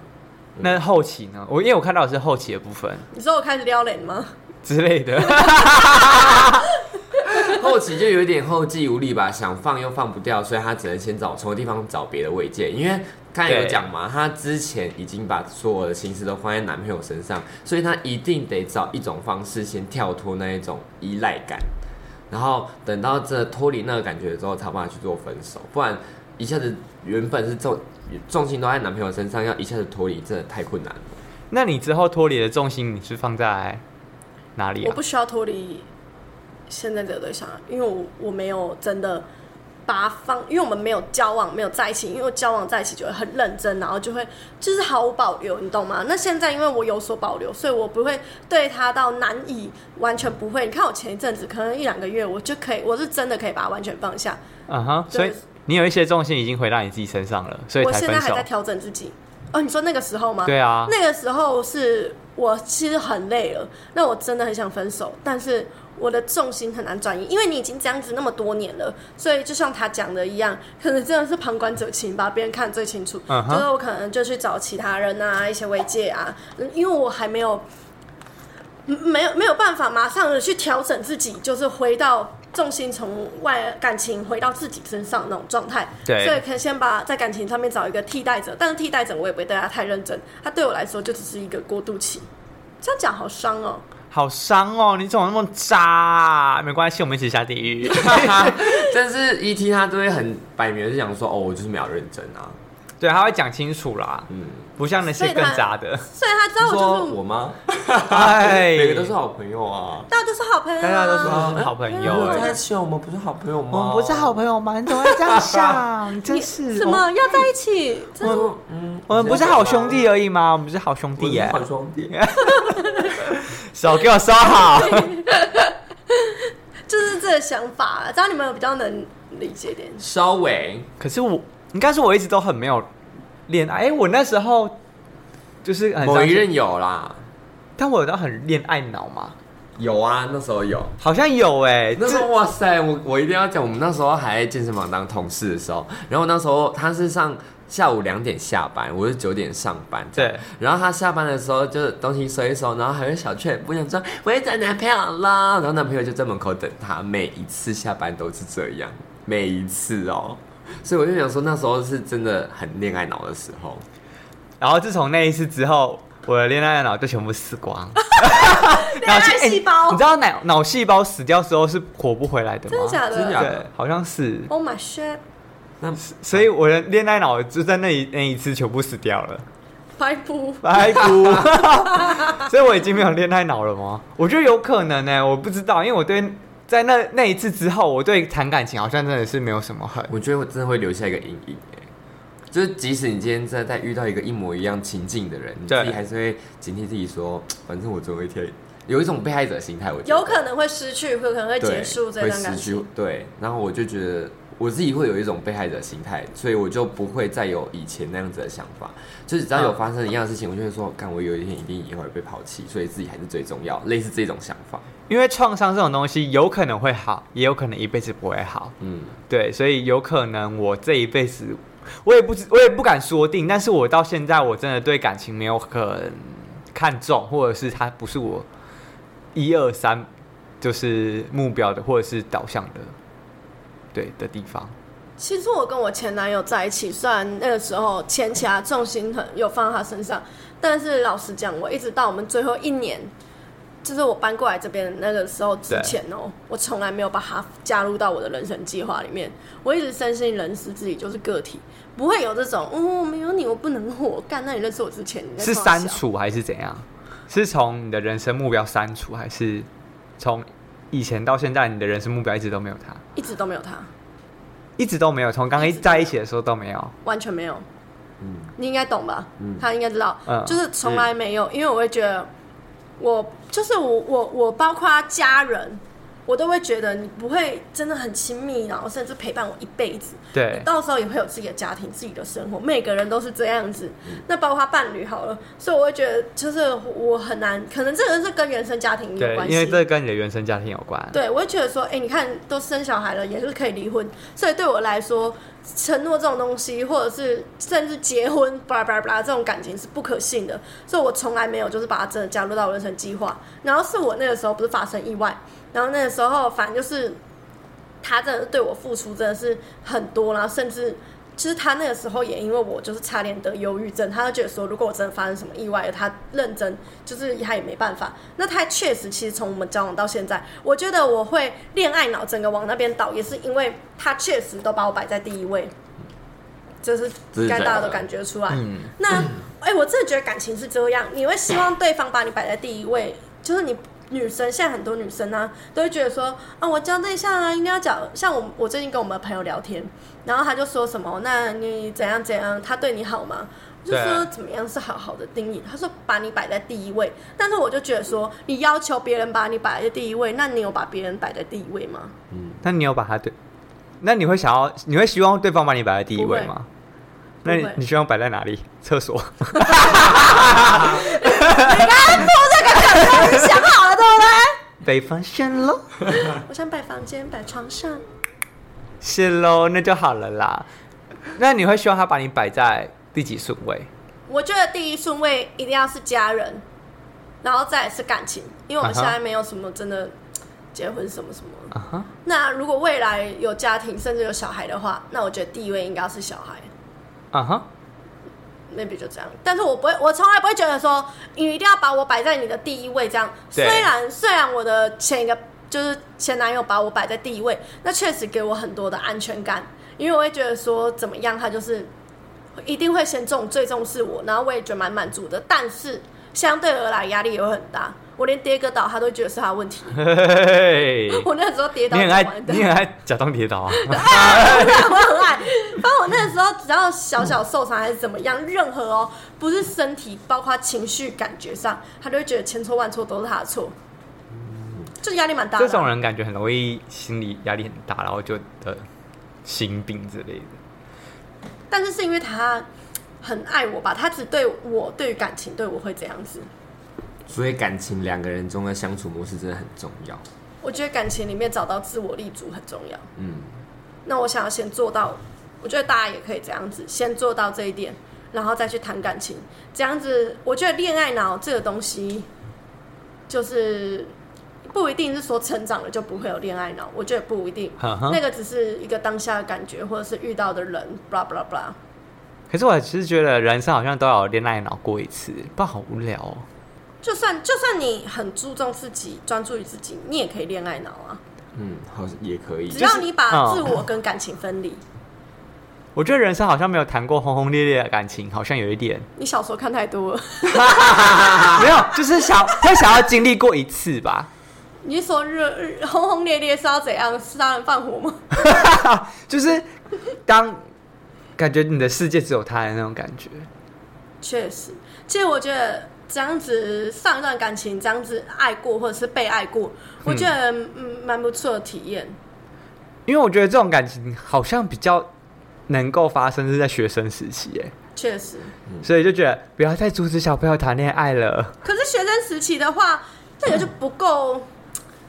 A: 那后期呢？我因为我看到的是后期的部分
B: 你说我开始撩脸吗？
A: 之类的，
C: 后期就有点后继无力吧，想放又放不掉，所以他只能先找从地方找别的慰藉。因为刚才有讲嘛，她之前已经把所有的心思都放在男朋友身上，所以她一定得找一种方式先跳脱那一种依赖感，然后等到这脱离那个感觉之后，才有办法去做分手。不然一下子原本是重重心都在男朋友身上，要一下子脱离真的太困难了。
A: 那你之后脱离的重心你是放在哪里
B: 我
A: 啊
B: 不？需要脱离现在这个对象，啊，因为我我没有真的把它放，因为我们没有交往，没有在一起，因为交往在一起就会很认真，然后就会就是毫无保留，你懂吗？那现在因为我有所保留，所以我不会对他到难以完全不会。你看我前一阵子可能一两个月，我就可以，我是真的可以把它完全放下。
A: 嗯哼，所以
B: 对
A: 你有一些重心已经回到你自己身上了，所以
B: 我
A: 才
B: 现在
A: 分
B: 还
A: 手
B: 在。调整自己。哦，你说那个时候吗？
A: 对啊
B: 那个时候是我其实很累了，那我真的很想分手，但是我的重心很难转移，因为你已经这样子那么多年了，所以就像他讲的一样，可能真的是旁观者清吧，别人看得最清楚。
A: 嗯哼
B: 就是我可能就去找其他人啊，一些慰藉啊，嗯因为我还没有嗯没有没有办法马上的去调整自己，就是回到重心从外感情回到自己身上那种状态。
A: 对
B: 所以可以先把在感情上面找一个替代者，但是替代者我也不会对他啊太认真，他对我来说就只是一个过渡期。这样讲好伤哦。
A: 好伤哦！你怎么那么渣、啊？没关系，我们一起下地狱。
C: 但是 ET 他都会很摆明的就讲说，哦，我就是没有认真啊。
A: 对，他会讲清楚啦，
C: 嗯，
A: 不像那些更渣的。
B: 所以他知道
C: 你
B: 我
C: 说
B: 就是
C: 我
B: 我，
C: 吗？
A: 哎
C: 哦每个都是好朋友啊。
B: 大家都是好朋友、啊，
A: 大家都说
B: 好
A: 我们是好朋友、
B: 嗯
C: 我
A: 哎
C: 在一起，我们不是好朋友吗？
A: 我们不是好朋友吗？你怎么会这样 想？你真是哦
B: 什？么要在一起？真
C: 我
B: 的
C: 们，嗯，
A: 我们不是好兄弟而已吗？我们是好兄弟耶
C: 我！们是好兄弟。
A: 手给我收好。
B: 就是这个想法、啊，这样你们有比较能理解一点。
C: 稍微，
A: 可是我应该是我一直都很没有恋爱。哎、我那时候就是很
C: 某
A: 伤
C: 一
A: 心，
C: 任有啦，
A: 但我有到很恋爱脑嘛，
C: 有啊，那时候有。
A: 好像有哎、
C: 那时
A: 这
C: 候哇塞，我我一定要讲，我们那时候还在健身房当同事的时候，然后那时候他是上下午两点下班，我是九点上班，
A: 对。
C: 然后他下班的时候就是东西收一收，然后还有小雀不想说我要找男朋友了，然后男朋友就在门口等他，每一次下班都是这样，每一次哦。所以我就想说，那时候是真的很恋爱脑的时候，
A: 然后自从那一次之后，我的恋爱脑就全部死光。
B: 恋爱细胞
A: 哎你知道脑脑细胞死掉之后是活不回来的吗？
B: 真的假
C: 真假
B: 的
C: 的
A: 对，好像是。
B: ？Oh my shit！
C: 那
A: 所以我的恋爱脑就在那一那一次全部死掉了，
B: 白不
A: 白哭。所以我已经没有恋爱脑了吗？我觉得有可能呢、我不知道，因为我对在那那一次之后，我对谈感情好像真的是没有什么很
C: 我觉得我真的会留下一个阴影、欸，就是即使你今天在在遇到一个一模一样情境的人，你
A: 对
C: 自己还是会警惕自己说，反正我总有一天有一种被害者心态，我觉得
B: 有可能会失去，有可能会
C: 对
B: 结束这段感
C: 会失去
B: 情。，
C: 对，然后我就觉得。我自己会有一种被害者心态，所以我就不会再有以前那样子的想法。就是只要有发生一样的事情，我就会说，干，我有一天一定也会被抛弃，所以自己还是最重要，类似这种想法。
A: 因为创伤这种东西有可能会好，也有可能一辈子不会好。
C: 嗯，
A: 对，所以有可能我这一辈子，我也不知，我也不敢说定，但是我到现在我真的对感情没有很看重，或者是它不是我一二三就是目标的，或者是导向的，对的地方。
B: 其实我跟我前男友在一起，虽然那个时候前期啊重心很有放在他身上，但是老实讲，我一直到我们最后一年，就是我搬过来这边那个时候之前哦、我从来没有把他加入到我的人生计划里面。我一直深信人是自己就是个体，不会有这种嗯没有你我不能活。干，那你认识我之前你在
A: 是
B: 冲
A: 删
B: 小
A: 除还是怎样？是从你的人生目标删除，还是从以前到现在你的人生目标一直都没有他？
B: 一直都没有他，
A: 一直都没有，从刚一在一起的时候都没有。
B: 完全没有。
C: 嗯
B: 你应该懂吧？
C: 嗯
B: 他应该知道，
A: 嗯
B: 就是从来没有，因为我会觉得，我就是我我我包括家人，我都会觉得你不会真的很亲密，然后甚至陪伴我一辈子。
A: 对，
B: 到时候也会有自己的家庭、自己的生活，每个人都是这样子。
A: 嗯
B: 那包括伴侣好了，所以我会觉得，就是我很难，可能这个是跟原生家庭有
A: 对
B: 关，系，
A: 因为这跟你的原生家庭有关。
B: 对，我会觉得说，哎、你看都生小孩了，也是可以离婚，所以对我来说，承诺这种东西，或者是甚至结婚，巴拉巴拉巴拉，这种感情是不可信的，所以我从来没有就是把它真的加入到我人生计划。然后是我那个时候不是发生意外，然后那个时候反正就是他真的对我付出真的是很多，然后甚至。就是他那个时候也因为我就是差点得忧郁症，他就觉得说，如果我真的发生什么意外了，他认真就是他也没办法。那他确实，其实从我们交往到现在，我觉得我会恋爱脑整个往那边倒，也是因为他确实都把我摆在第一位，就是
C: 这是
B: 应该大家
C: 真的
B: 都感觉出来。
A: 嗯
B: 那哎、我真的觉得感情是这样，你会希望对方把你摆在第一位，就是你女生现在很多女生啊，都会觉得说啊，我交对象啊，应该要讲。像我，我最近跟我们的朋友聊天，然后他就说什么，那你怎样怎样，他对你好吗？我就说
A: 对
B: 怎么样是好好的定义，他说把你摆在第一位，但是我就觉得说，你要求别人把你摆在第一位，那你有把别人摆在第一位吗？
C: 嗯
A: 那你有把他对？那你会想要，你会希望对方把你摆在第一位吗？
B: 不
A: 那
B: 会
A: 你你希望摆在哪里？厕所？
B: 你刚刚
A: 被发现喽，
B: 我想摆房间，摆床上，
A: 是喽，那就好了啦。那你会希望他把你摆在第几顺位？
B: 我觉得第一顺位一定要是家人，然后再来是感情，因为我们
A: 啊哈
B: 现在没有什么真的结婚什么什么。
A: 啊哈，
B: 那如果未来有家庭甚至有小孩的话，那我觉得第一位应该是小孩
A: 啊哈，
B: ，maybe 就这样。但是我不会，我从来不会觉得说你一定要把我摆在你的第一位这样。虽
A: 对
B: 然虽然我的前一个就是前男友把我摆在第一位，那确实给我很多的安全感，因为我会觉得说怎么样，他就是一定会先重最重视我，然后我也觉得蛮满足的。但是相对而来压力也会很大，我连跌个倒他都觉得是他的问题。
A: 嘿嘿嘿嘿
B: 我那时候跌倒
A: 你很
B: 怎么
A: 爱
B: 办，
A: 你很爱假装跌 倒啊！
B: 我很爱。反正我那时候只要小小受伤还是怎么样，任何哦，不是身体，包括情绪、感觉上，他就会觉得千错万错都是他的错，就压力蛮大的。
A: 这种人感觉很容易心理压力很大，然后就得心病之类的。
B: 但是是因为他很爱我吧，他只对我对于感情对我会这样子。
C: 所以感情两个人中的相处模式真的很重要。
B: 我觉得感情里面找到自我立足很重要。
C: 嗯，
B: 那我想要先做到，我觉得大家也可以这样子，先做到这一点，然后再去谈感情。这样子，我觉得恋爱脑这个东西，就是不一定是说成长了就不会有恋爱脑，我觉得不一定。
A: 啊哈哈
B: 那个只是一个当下的感觉，或者是遇到的人，blah blah blah。
A: 可是我其实觉得人生好像都要有恋爱脑过一次，不然好无聊哦。
B: 就算就算你很注重自己，专注于自己，你也可以恋爱脑啊。
C: 嗯，好也可以
B: 只。要你把
A: 哦
B: 自我跟感情分离，
A: 我觉得人生好像没有谈过轰轰烈烈的感情，好像有一 点
B: 你小说看太多了。
A: 没有，就是想会想要经历过一次吧。
B: 你是说热热轰轰烈烈是要怎样杀人放火吗？
A: 就是当感觉你的世界只有他的那种感觉。
B: 确实，其实我觉得这样子上一段感情，这样子爱过或者是被爱过，我觉得嗯蛮不错的体验。
A: 因为我觉得这种感情好像比较能够发生是在学生时期，耶，
B: 确实，
A: 所以就觉得不要再阻止小朋友谈恋爱 了。
B: 可是学生时期的话，那个就不够，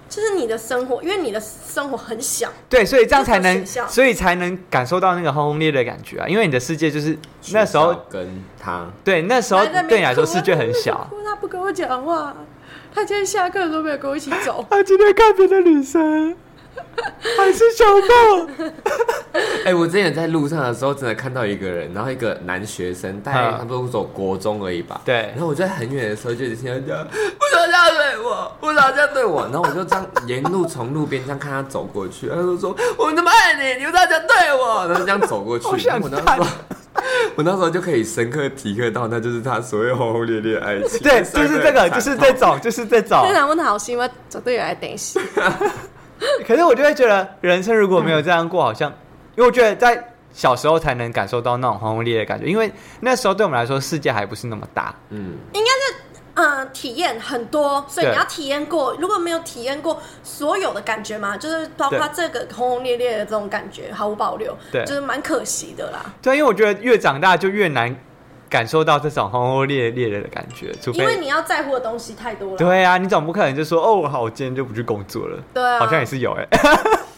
B: 就是你的生活，因为你的生活很小，
A: 对，所以这样才
B: 这
A: 能，
B: 种学校
A: 所以才能感受到那个轰轰烈烈的感觉啊！因为你的世界就是那时
C: 学
A: 候
C: 校，跟他，
A: 对那时候
B: 然后在那边
A: 对你来说
B: 哭
A: 世界很小。。
B: 哭他不跟我讲话，他今天下课都没有跟我一起走
A: 他啊今天看别的女生，还是小梦，
C: 哎、我之前在路上的时候，真的看到一个人，然后一个男学生，大概
A: 嗯
C: 差不多走国中而已吧。
A: 对
C: 然后我在很远的时候就一直听到这样，为什么这样对我？为什么这样对我？然后我就这样沿路从路边这样看他走过去，他就说：“我那么爱你，你为什么这样对我？”然后这样走过去。
A: 好想
C: 然后我那时
A: 看
C: 候， 我那时候就可以深刻体会到，那就是他所谓轰轰烈烈的爱情。
A: 对，就是这个，就是这种，就是这 种
B: 非。常问他好心，我绝对有来等一下。
A: 可是我就会觉得，人生如果没有这样过，好像，因为我觉得在小时候才能感受到那种轰轰烈烈的感觉，因为那时候对我们来说，世界还不是那么大。
C: 嗯，
B: 嗯，体验很多，所以
A: 对
B: 你要体验过。如果没有体验过所有的感觉嘛，就是包括
A: 对
B: 这个轰轰烈烈的这种感觉，毫无保留，
A: 对
B: 就是蛮可惜的啦。
A: 对，啊因为我觉得越长大就越难感受到这种轰轰烈烈的感觉，除
B: 因为
A: 非
B: 你要在乎的东西太多了。
A: 对啊，你总不可能就说哦，好，我今天就不去工作了。
B: 对啊
A: 好像也是有哎、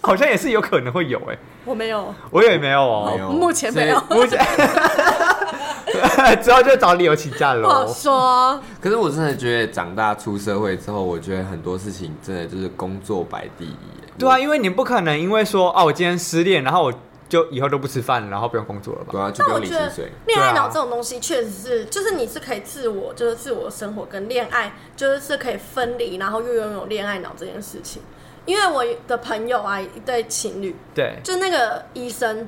A: 好像也是有可能会有哎、
B: 我没有，
A: 我也没有哦、
C: 没有
B: 目前没有
C: 所，
A: 我 之后就找理由请假
B: 不好
A: 喽。
B: 说。
C: 可是我真的觉得长大出社会之后，我觉得很多事情真的就是工作摆第一。
A: 对啊，因为你不可能因为说哦，我今天失恋，然后我就以后都不吃饭了，然后不用工作了吧？
C: 对啊，就
B: 但
C: 不
B: 我
C: 用领
B: 觉
C: 薪
B: 得
C: 水。
B: 恋爱脑
A: 对啊
B: 这种东西确实是，就是你是可以自我，就是自我生活跟恋爱，就是是可以分离，然后又拥有恋爱脑这件事情。因为我的朋友啊，一对情侣，
A: 对，
B: 就那个医生，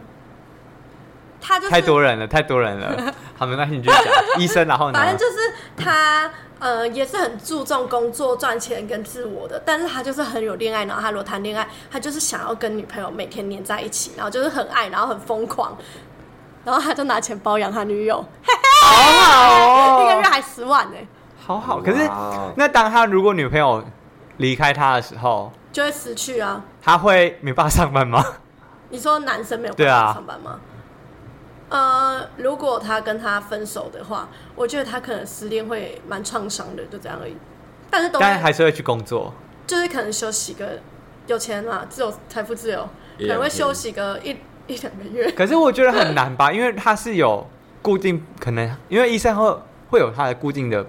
B: 他就是
A: 太多人了，太多人了。 好，没关系，你就讲医生，啊然后呢？
B: 反正就是他，呃，也是很注重工作赚钱跟自我的，但是他就是很有恋爱脑。他如果谈恋爱，他就是想要跟女朋友每天黏在一起，然后就是很爱，然后很疯狂，然后他就拿钱包养他女友，
A: 好好
B: 一哎个
A: 哦
B: 月，还十万呢、
A: 好好。可是
C: 哇
A: 那当他如果女朋友离开他的时候，
B: 就会失去啊。
A: 他会没办法上班吗？
B: 你说男生没有办
A: 对
B: 法
A: 啊
B: 上班吗？呃，如果他跟他分手的话， 我觉得他可能失恋会蛮创伤的，就这样而已。但是都会
A: 但还是会去工作。
B: 就是可能休息个有钱嘛，自由财富自由，可
C: 一
B: 能
C: 两
B: 会
C: 天
B: 休息个一一两个月。
A: 可是我觉得很难吧，因为他是有固定，可能因为医生会会有他的固定的，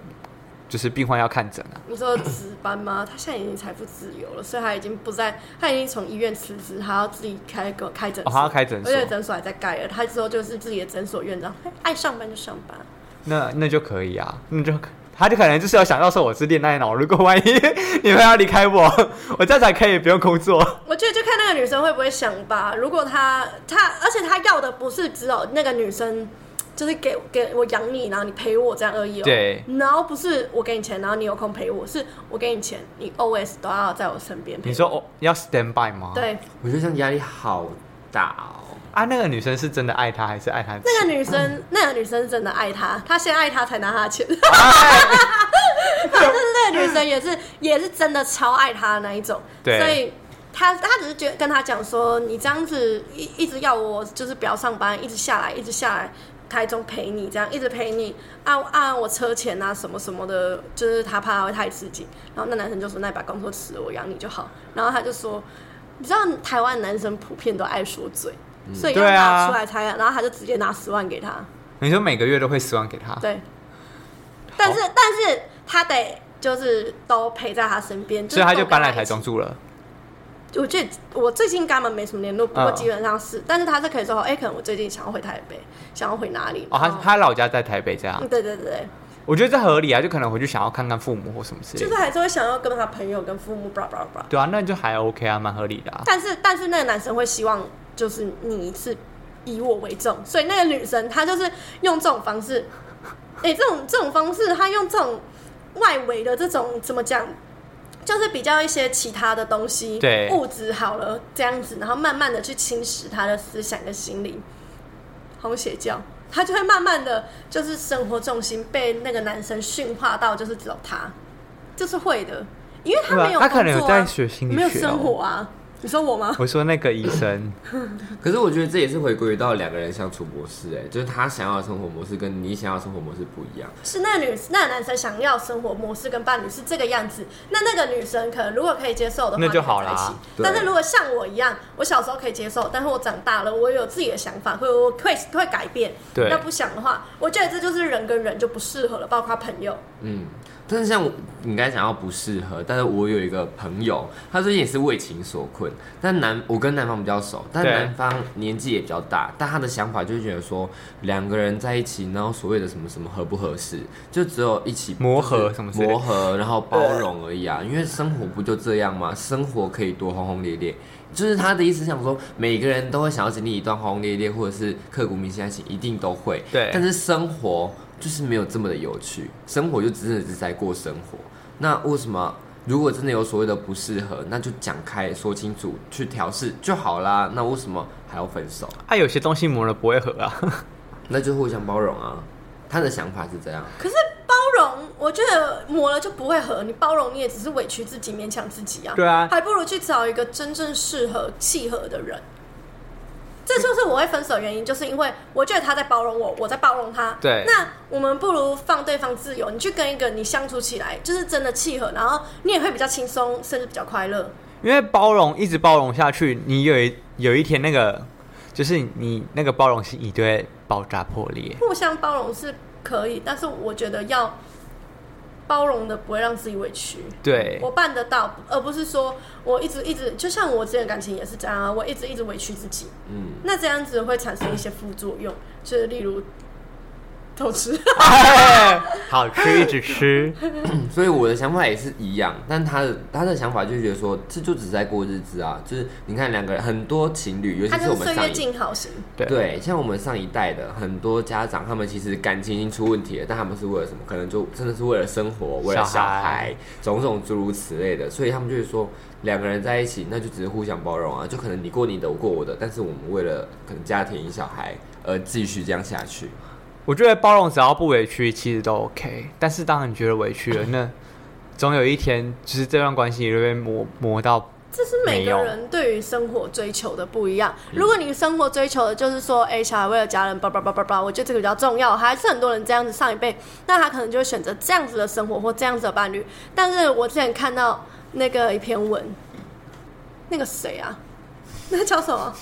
A: 就是病患要看诊啊。
B: 你说值班吗？他现在已经财富自由了，所以他已经不在，他已经从医院辞职，还要自己开个开诊所，
A: 哦还要开诊所
B: 而且诊所还在盖了。他之后就是自己的诊所院长，哎爱上班就上班。
A: 那那就可以啊，那就可他就可能就是有想到说我是恋爱脑，如果万一 你们要离开我，我这样才可以不用工作。
B: 我觉得就看那个女生会不会想吧。如果她她，而且她要的不是只有那个女生，就是给给我养你，然后你陪我这样而已哦。
A: 对
B: 然后不是我给你钱，然后你有空陪我，是我给你钱，你 always 都要在我身边陪我。
A: 你说哦要 stand by 吗？
B: 对，
C: 我觉得这样压力好大哦。
A: 啊，那个女生是真的爱他还是爱他？
B: 那个女 生，那个女生真的爱他，他先爱他才拿他的钱。
A: 哎
B: 反正那个女生也是也是真的超爱他的那一种，
A: 对
B: 所以他他只是觉得跟他讲说，你这样子一一直要我就是不要上班，一直下来，一直下来。台中陪你这样一直陪你啊啊，我车钱啊什么什么的，就是他怕会太刺激。然后那男生就说：“那你把工作辞了，我养你就好。”然后他就说：“你知道台湾男生普遍都爱说嘴，所以要
A: 对
B: 拿
A: 啊
B: 出来才。然后他就直接拿十万给他，
A: 你说每个月都会十万给他？
B: 对。但是但是他得就是都陪在他身边，
A: 所以
B: 是
A: 他
B: 都
A: 就
B: 跟
A: 搬来
B: 一起
A: 台中。住了。
B: 我最我最近跟他们没什么联络，不过
A: 嗯
B: 基本上是，但是他是可以说，哎、可能我最近想要回台北，想要回哪里？
A: 哦，他
B: 然后
A: 他老家在台北这样
B: 嗯，对对对
A: 我觉得这合理啊，就可能回去想要看看父母或什么之类
B: 对，就
A: 的
B: 是。还是会想要跟他朋友、跟父母，blah blah blah。
A: 对啊，那就还 OK 啊，蛮合理的啊。
B: 但是但是那个男生会希望就是你是以我为重，所以那个女生她就是用这种方式， 哎、这种这种方式，她用这种外围的这种怎么讲，就是比较一些其他的东西，
A: 对
B: 物质好了这样子，然后慢慢的去侵蚀她的思想跟心灵，红邪教。她就会慢慢的就是生活重心被那个男生驯化到，就是只有他，就是会的，因为他
A: 对啊
B: 没有、工
A: 他可能有
B: 作啊
A: 在学心理
B: 没有
A: 学
B: 生
A: 哦
B: 活啊。你说我吗？
A: 我说那个医生，
C: 可是我觉得这也是回归到两个人相处模式、哎，就是他想要的生活模式跟你想要的生活模式不一样。
B: 是那个女那个男生想要生活模式跟伴侣是这个样子，那那个女生可能如果可以接受的话，
A: 那就好啦
B: 啦。
C: 对
B: 但是如果像我一样，我小时候可以接受，但是我长大了，我有自己的想法，会我会会改变。
A: 对
B: 那不想的话，我觉得这就是人跟人就不适合了，包括朋友。
C: 嗯，但是像我你刚才讲到不适合，但是我有一个朋友，他最近也是为情所困，但男我跟男方比较熟，但
A: 对
C: 男方年纪也比较大，但他的想法就是觉得说两个人在一起，然后所谓的什么什么合不合适，就只有一起
A: 磨合
C: 就是
A: 什么之类的
C: 磨合，然后包容而已啊，因为生活不就这样吗？生活可以多轰轰烈烈。就是他的意思，想说每个人都会想要经历一段轰轰烈烈，或者是刻骨铭心的爱情，一定都会。
A: 对
C: 但是生活就是没有这么的有趣，生活就真的只是在过生活。那为什么如果真的有所谓的不适合，那就讲开说清楚，去调试就好啦。那为什么还要分手？
A: 啊，有些东西磨了不会合啊。
C: 那就互相包容啊。他的想法是这样，
B: 可是包容，我觉得磨了就不会合。你包容，你也只是委屈自己，勉强自己啊。
A: 对啊
B: 还不如去找一个真正适合、契合的人。这就是我会分手的原因，就是因为我觉得他在包容我，我在包容他。
A: 对
B: 那我们不如放对方自由，你去跟一个你相处起来就是真的契合，然后你也会比较轻松，甚至比较快乐。
A: 因为包容一直包容下去，你有一有一天那个就是你那个包容心一定会爆炸破裂。
B: 互相包容是可以，但是我觉得要包容的不会让自己委屈。
A: 对
B: 我办得到，而不是说我一直一直，就像我之前的感情也是这样啊，我一直一直委屈自己，
C: 嗯，
B: 那这样子会产生一些副作用，就是例如偷吃。
A: 哎好吃一直吃，
C: 所以我的想法也是一样，但他的他的想法就觉得说，这就只是在过日子啊，就是你看两个人很多情侣， 尤其
B: 他就是
C: 我
B: 是
C: 们
B: 岁
C: 上
B: 月
C: 一
B: 静好型，
A: 对
C: 对，像我们上一代的很多家长，他们其实感情已经出问题了，但他们是为了什么？可能就真的是为了生活，为
A: 小
C: 了小
A: 孩
C: 孩，种种诸如此类的，所以他们就会说，两个人在一起，那就只是互相包容啊，就可能你过你的，我过我的，但是我们为了可能家庭、小孩而继续这样下去。
A: 我觉得包容只要不委屈，其实都 OK。但是当你觉得委屈了，那总有一天就是这段关系就会磨磨到
B: 这是每个人对于生活追求的不一样。如果你生活追求的就是说，哎、小孩为了家人，叭叭叭叭叭，我觉得这个比较重要。还是很多人这样子上一辈，那他可能就会选择这样子的生活或这样子的伴侣。但是我之前看到那个一篇文，那个谁啊，那个叫什么？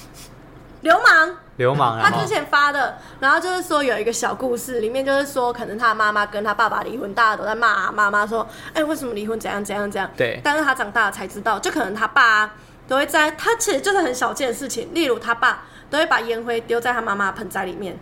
B: 流氓。
A: 流氓，
B: 他
A: 然
B: 之
A: 后
B: 前发的，然后就是说有一个小故事，里面就是说可能他的妈妈跟他爸爸离婚，大家都在骂妈妈说，哎、为什么离婚怎样怎样怎样。
A: 对
B: 但是他长大了才知道，就可能他爸都会在，他其实就是很小件的事情，例如他爸都会把烟灰丢在他妈妈的盆栽里面，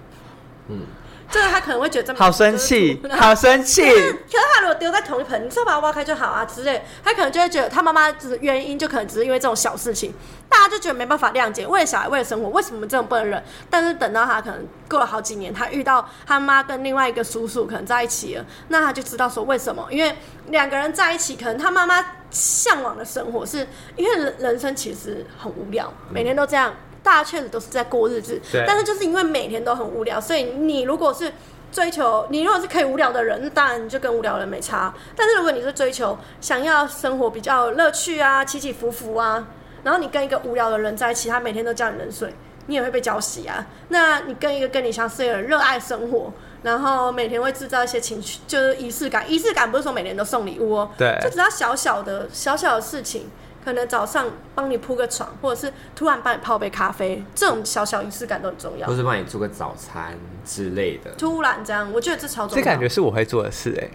C: 嗯，
B: 就是他可能会觉得这么
A: 好生 气
B: 就是，
A: 好生气
B: 可，是，可是他如果丢在同一盆，你就把它挖开就好啊之类的，他可能就会觉得他妈妈只是原因，就可能只是因为这种小事情，大家就觉得没办法谅解。为了小孩，为了生活，为什么这种不能忍？但是等到他可能过了好几年，他遇到他妈跟另外一个叔叔可能在一起了，那他就知道说为什么，因为两个人在一起，可能他妈妈向往的生活是因为人人生其实很无聊，每天都这样。大家确实都是在过日子
A: 对，
B: 但是就是因为每天都很无聊，所以你如果是追求你如果是可以无聊的人，那当然你就跟无聊人没差。但是如果你是追求想要生活比较有乐趣啊、起起伏伏啊，然后你跟一个无聊的人在一起，他每天都叫你冷水，你也会被浇洗啊。那你跟一个跟你相似的人热爱生活，然后每天会制造一些情绪，就是仪式感。仪式感不是说每年都送礼物哦，
A: 对
B: 就只要小小的小小的事情。可能早上帮你铺个床，或者是突然帮你泡杯咖啡，这种小小仪式感都很重要
C: 或。是帮你做个早餐之类的。
B: 突然这样，我觉得这超重
A: 这
B: 要。
A: 感觉是我会做的事哎、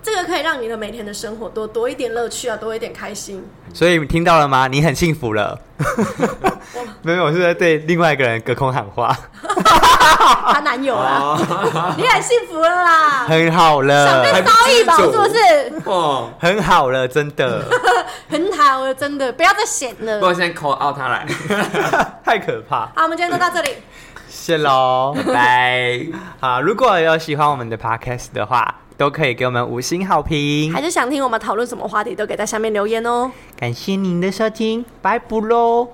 B: 这个可以让你的每天的生活多多一点乐趣啊，多一点开心。
A: 所以你听到了吗？你很幸福了。 没有，我是在对另外一个人隔空喊话，
B: 她男友啊， 你很幸福了啦，
A: 很好
B: 想
A: 了
B: 被，烧一饱是不是？
C: 哦，
A: 很好了，真的
B: 很好了，真的，不要再闲
C: 不过
B: 了。
C: 现在 call out 他来，
A: 太可怕，
B: 好，我们今天就到这里，
A: 谢喽。
C: 拜。
A: 好，如果有喜欢我们的 podcast 的话，都可以给我们五星好评
B: 还，是想听我们讨论什么话题，都可以在下面留言哦。
A: 感谢您的收听，拜拜喽。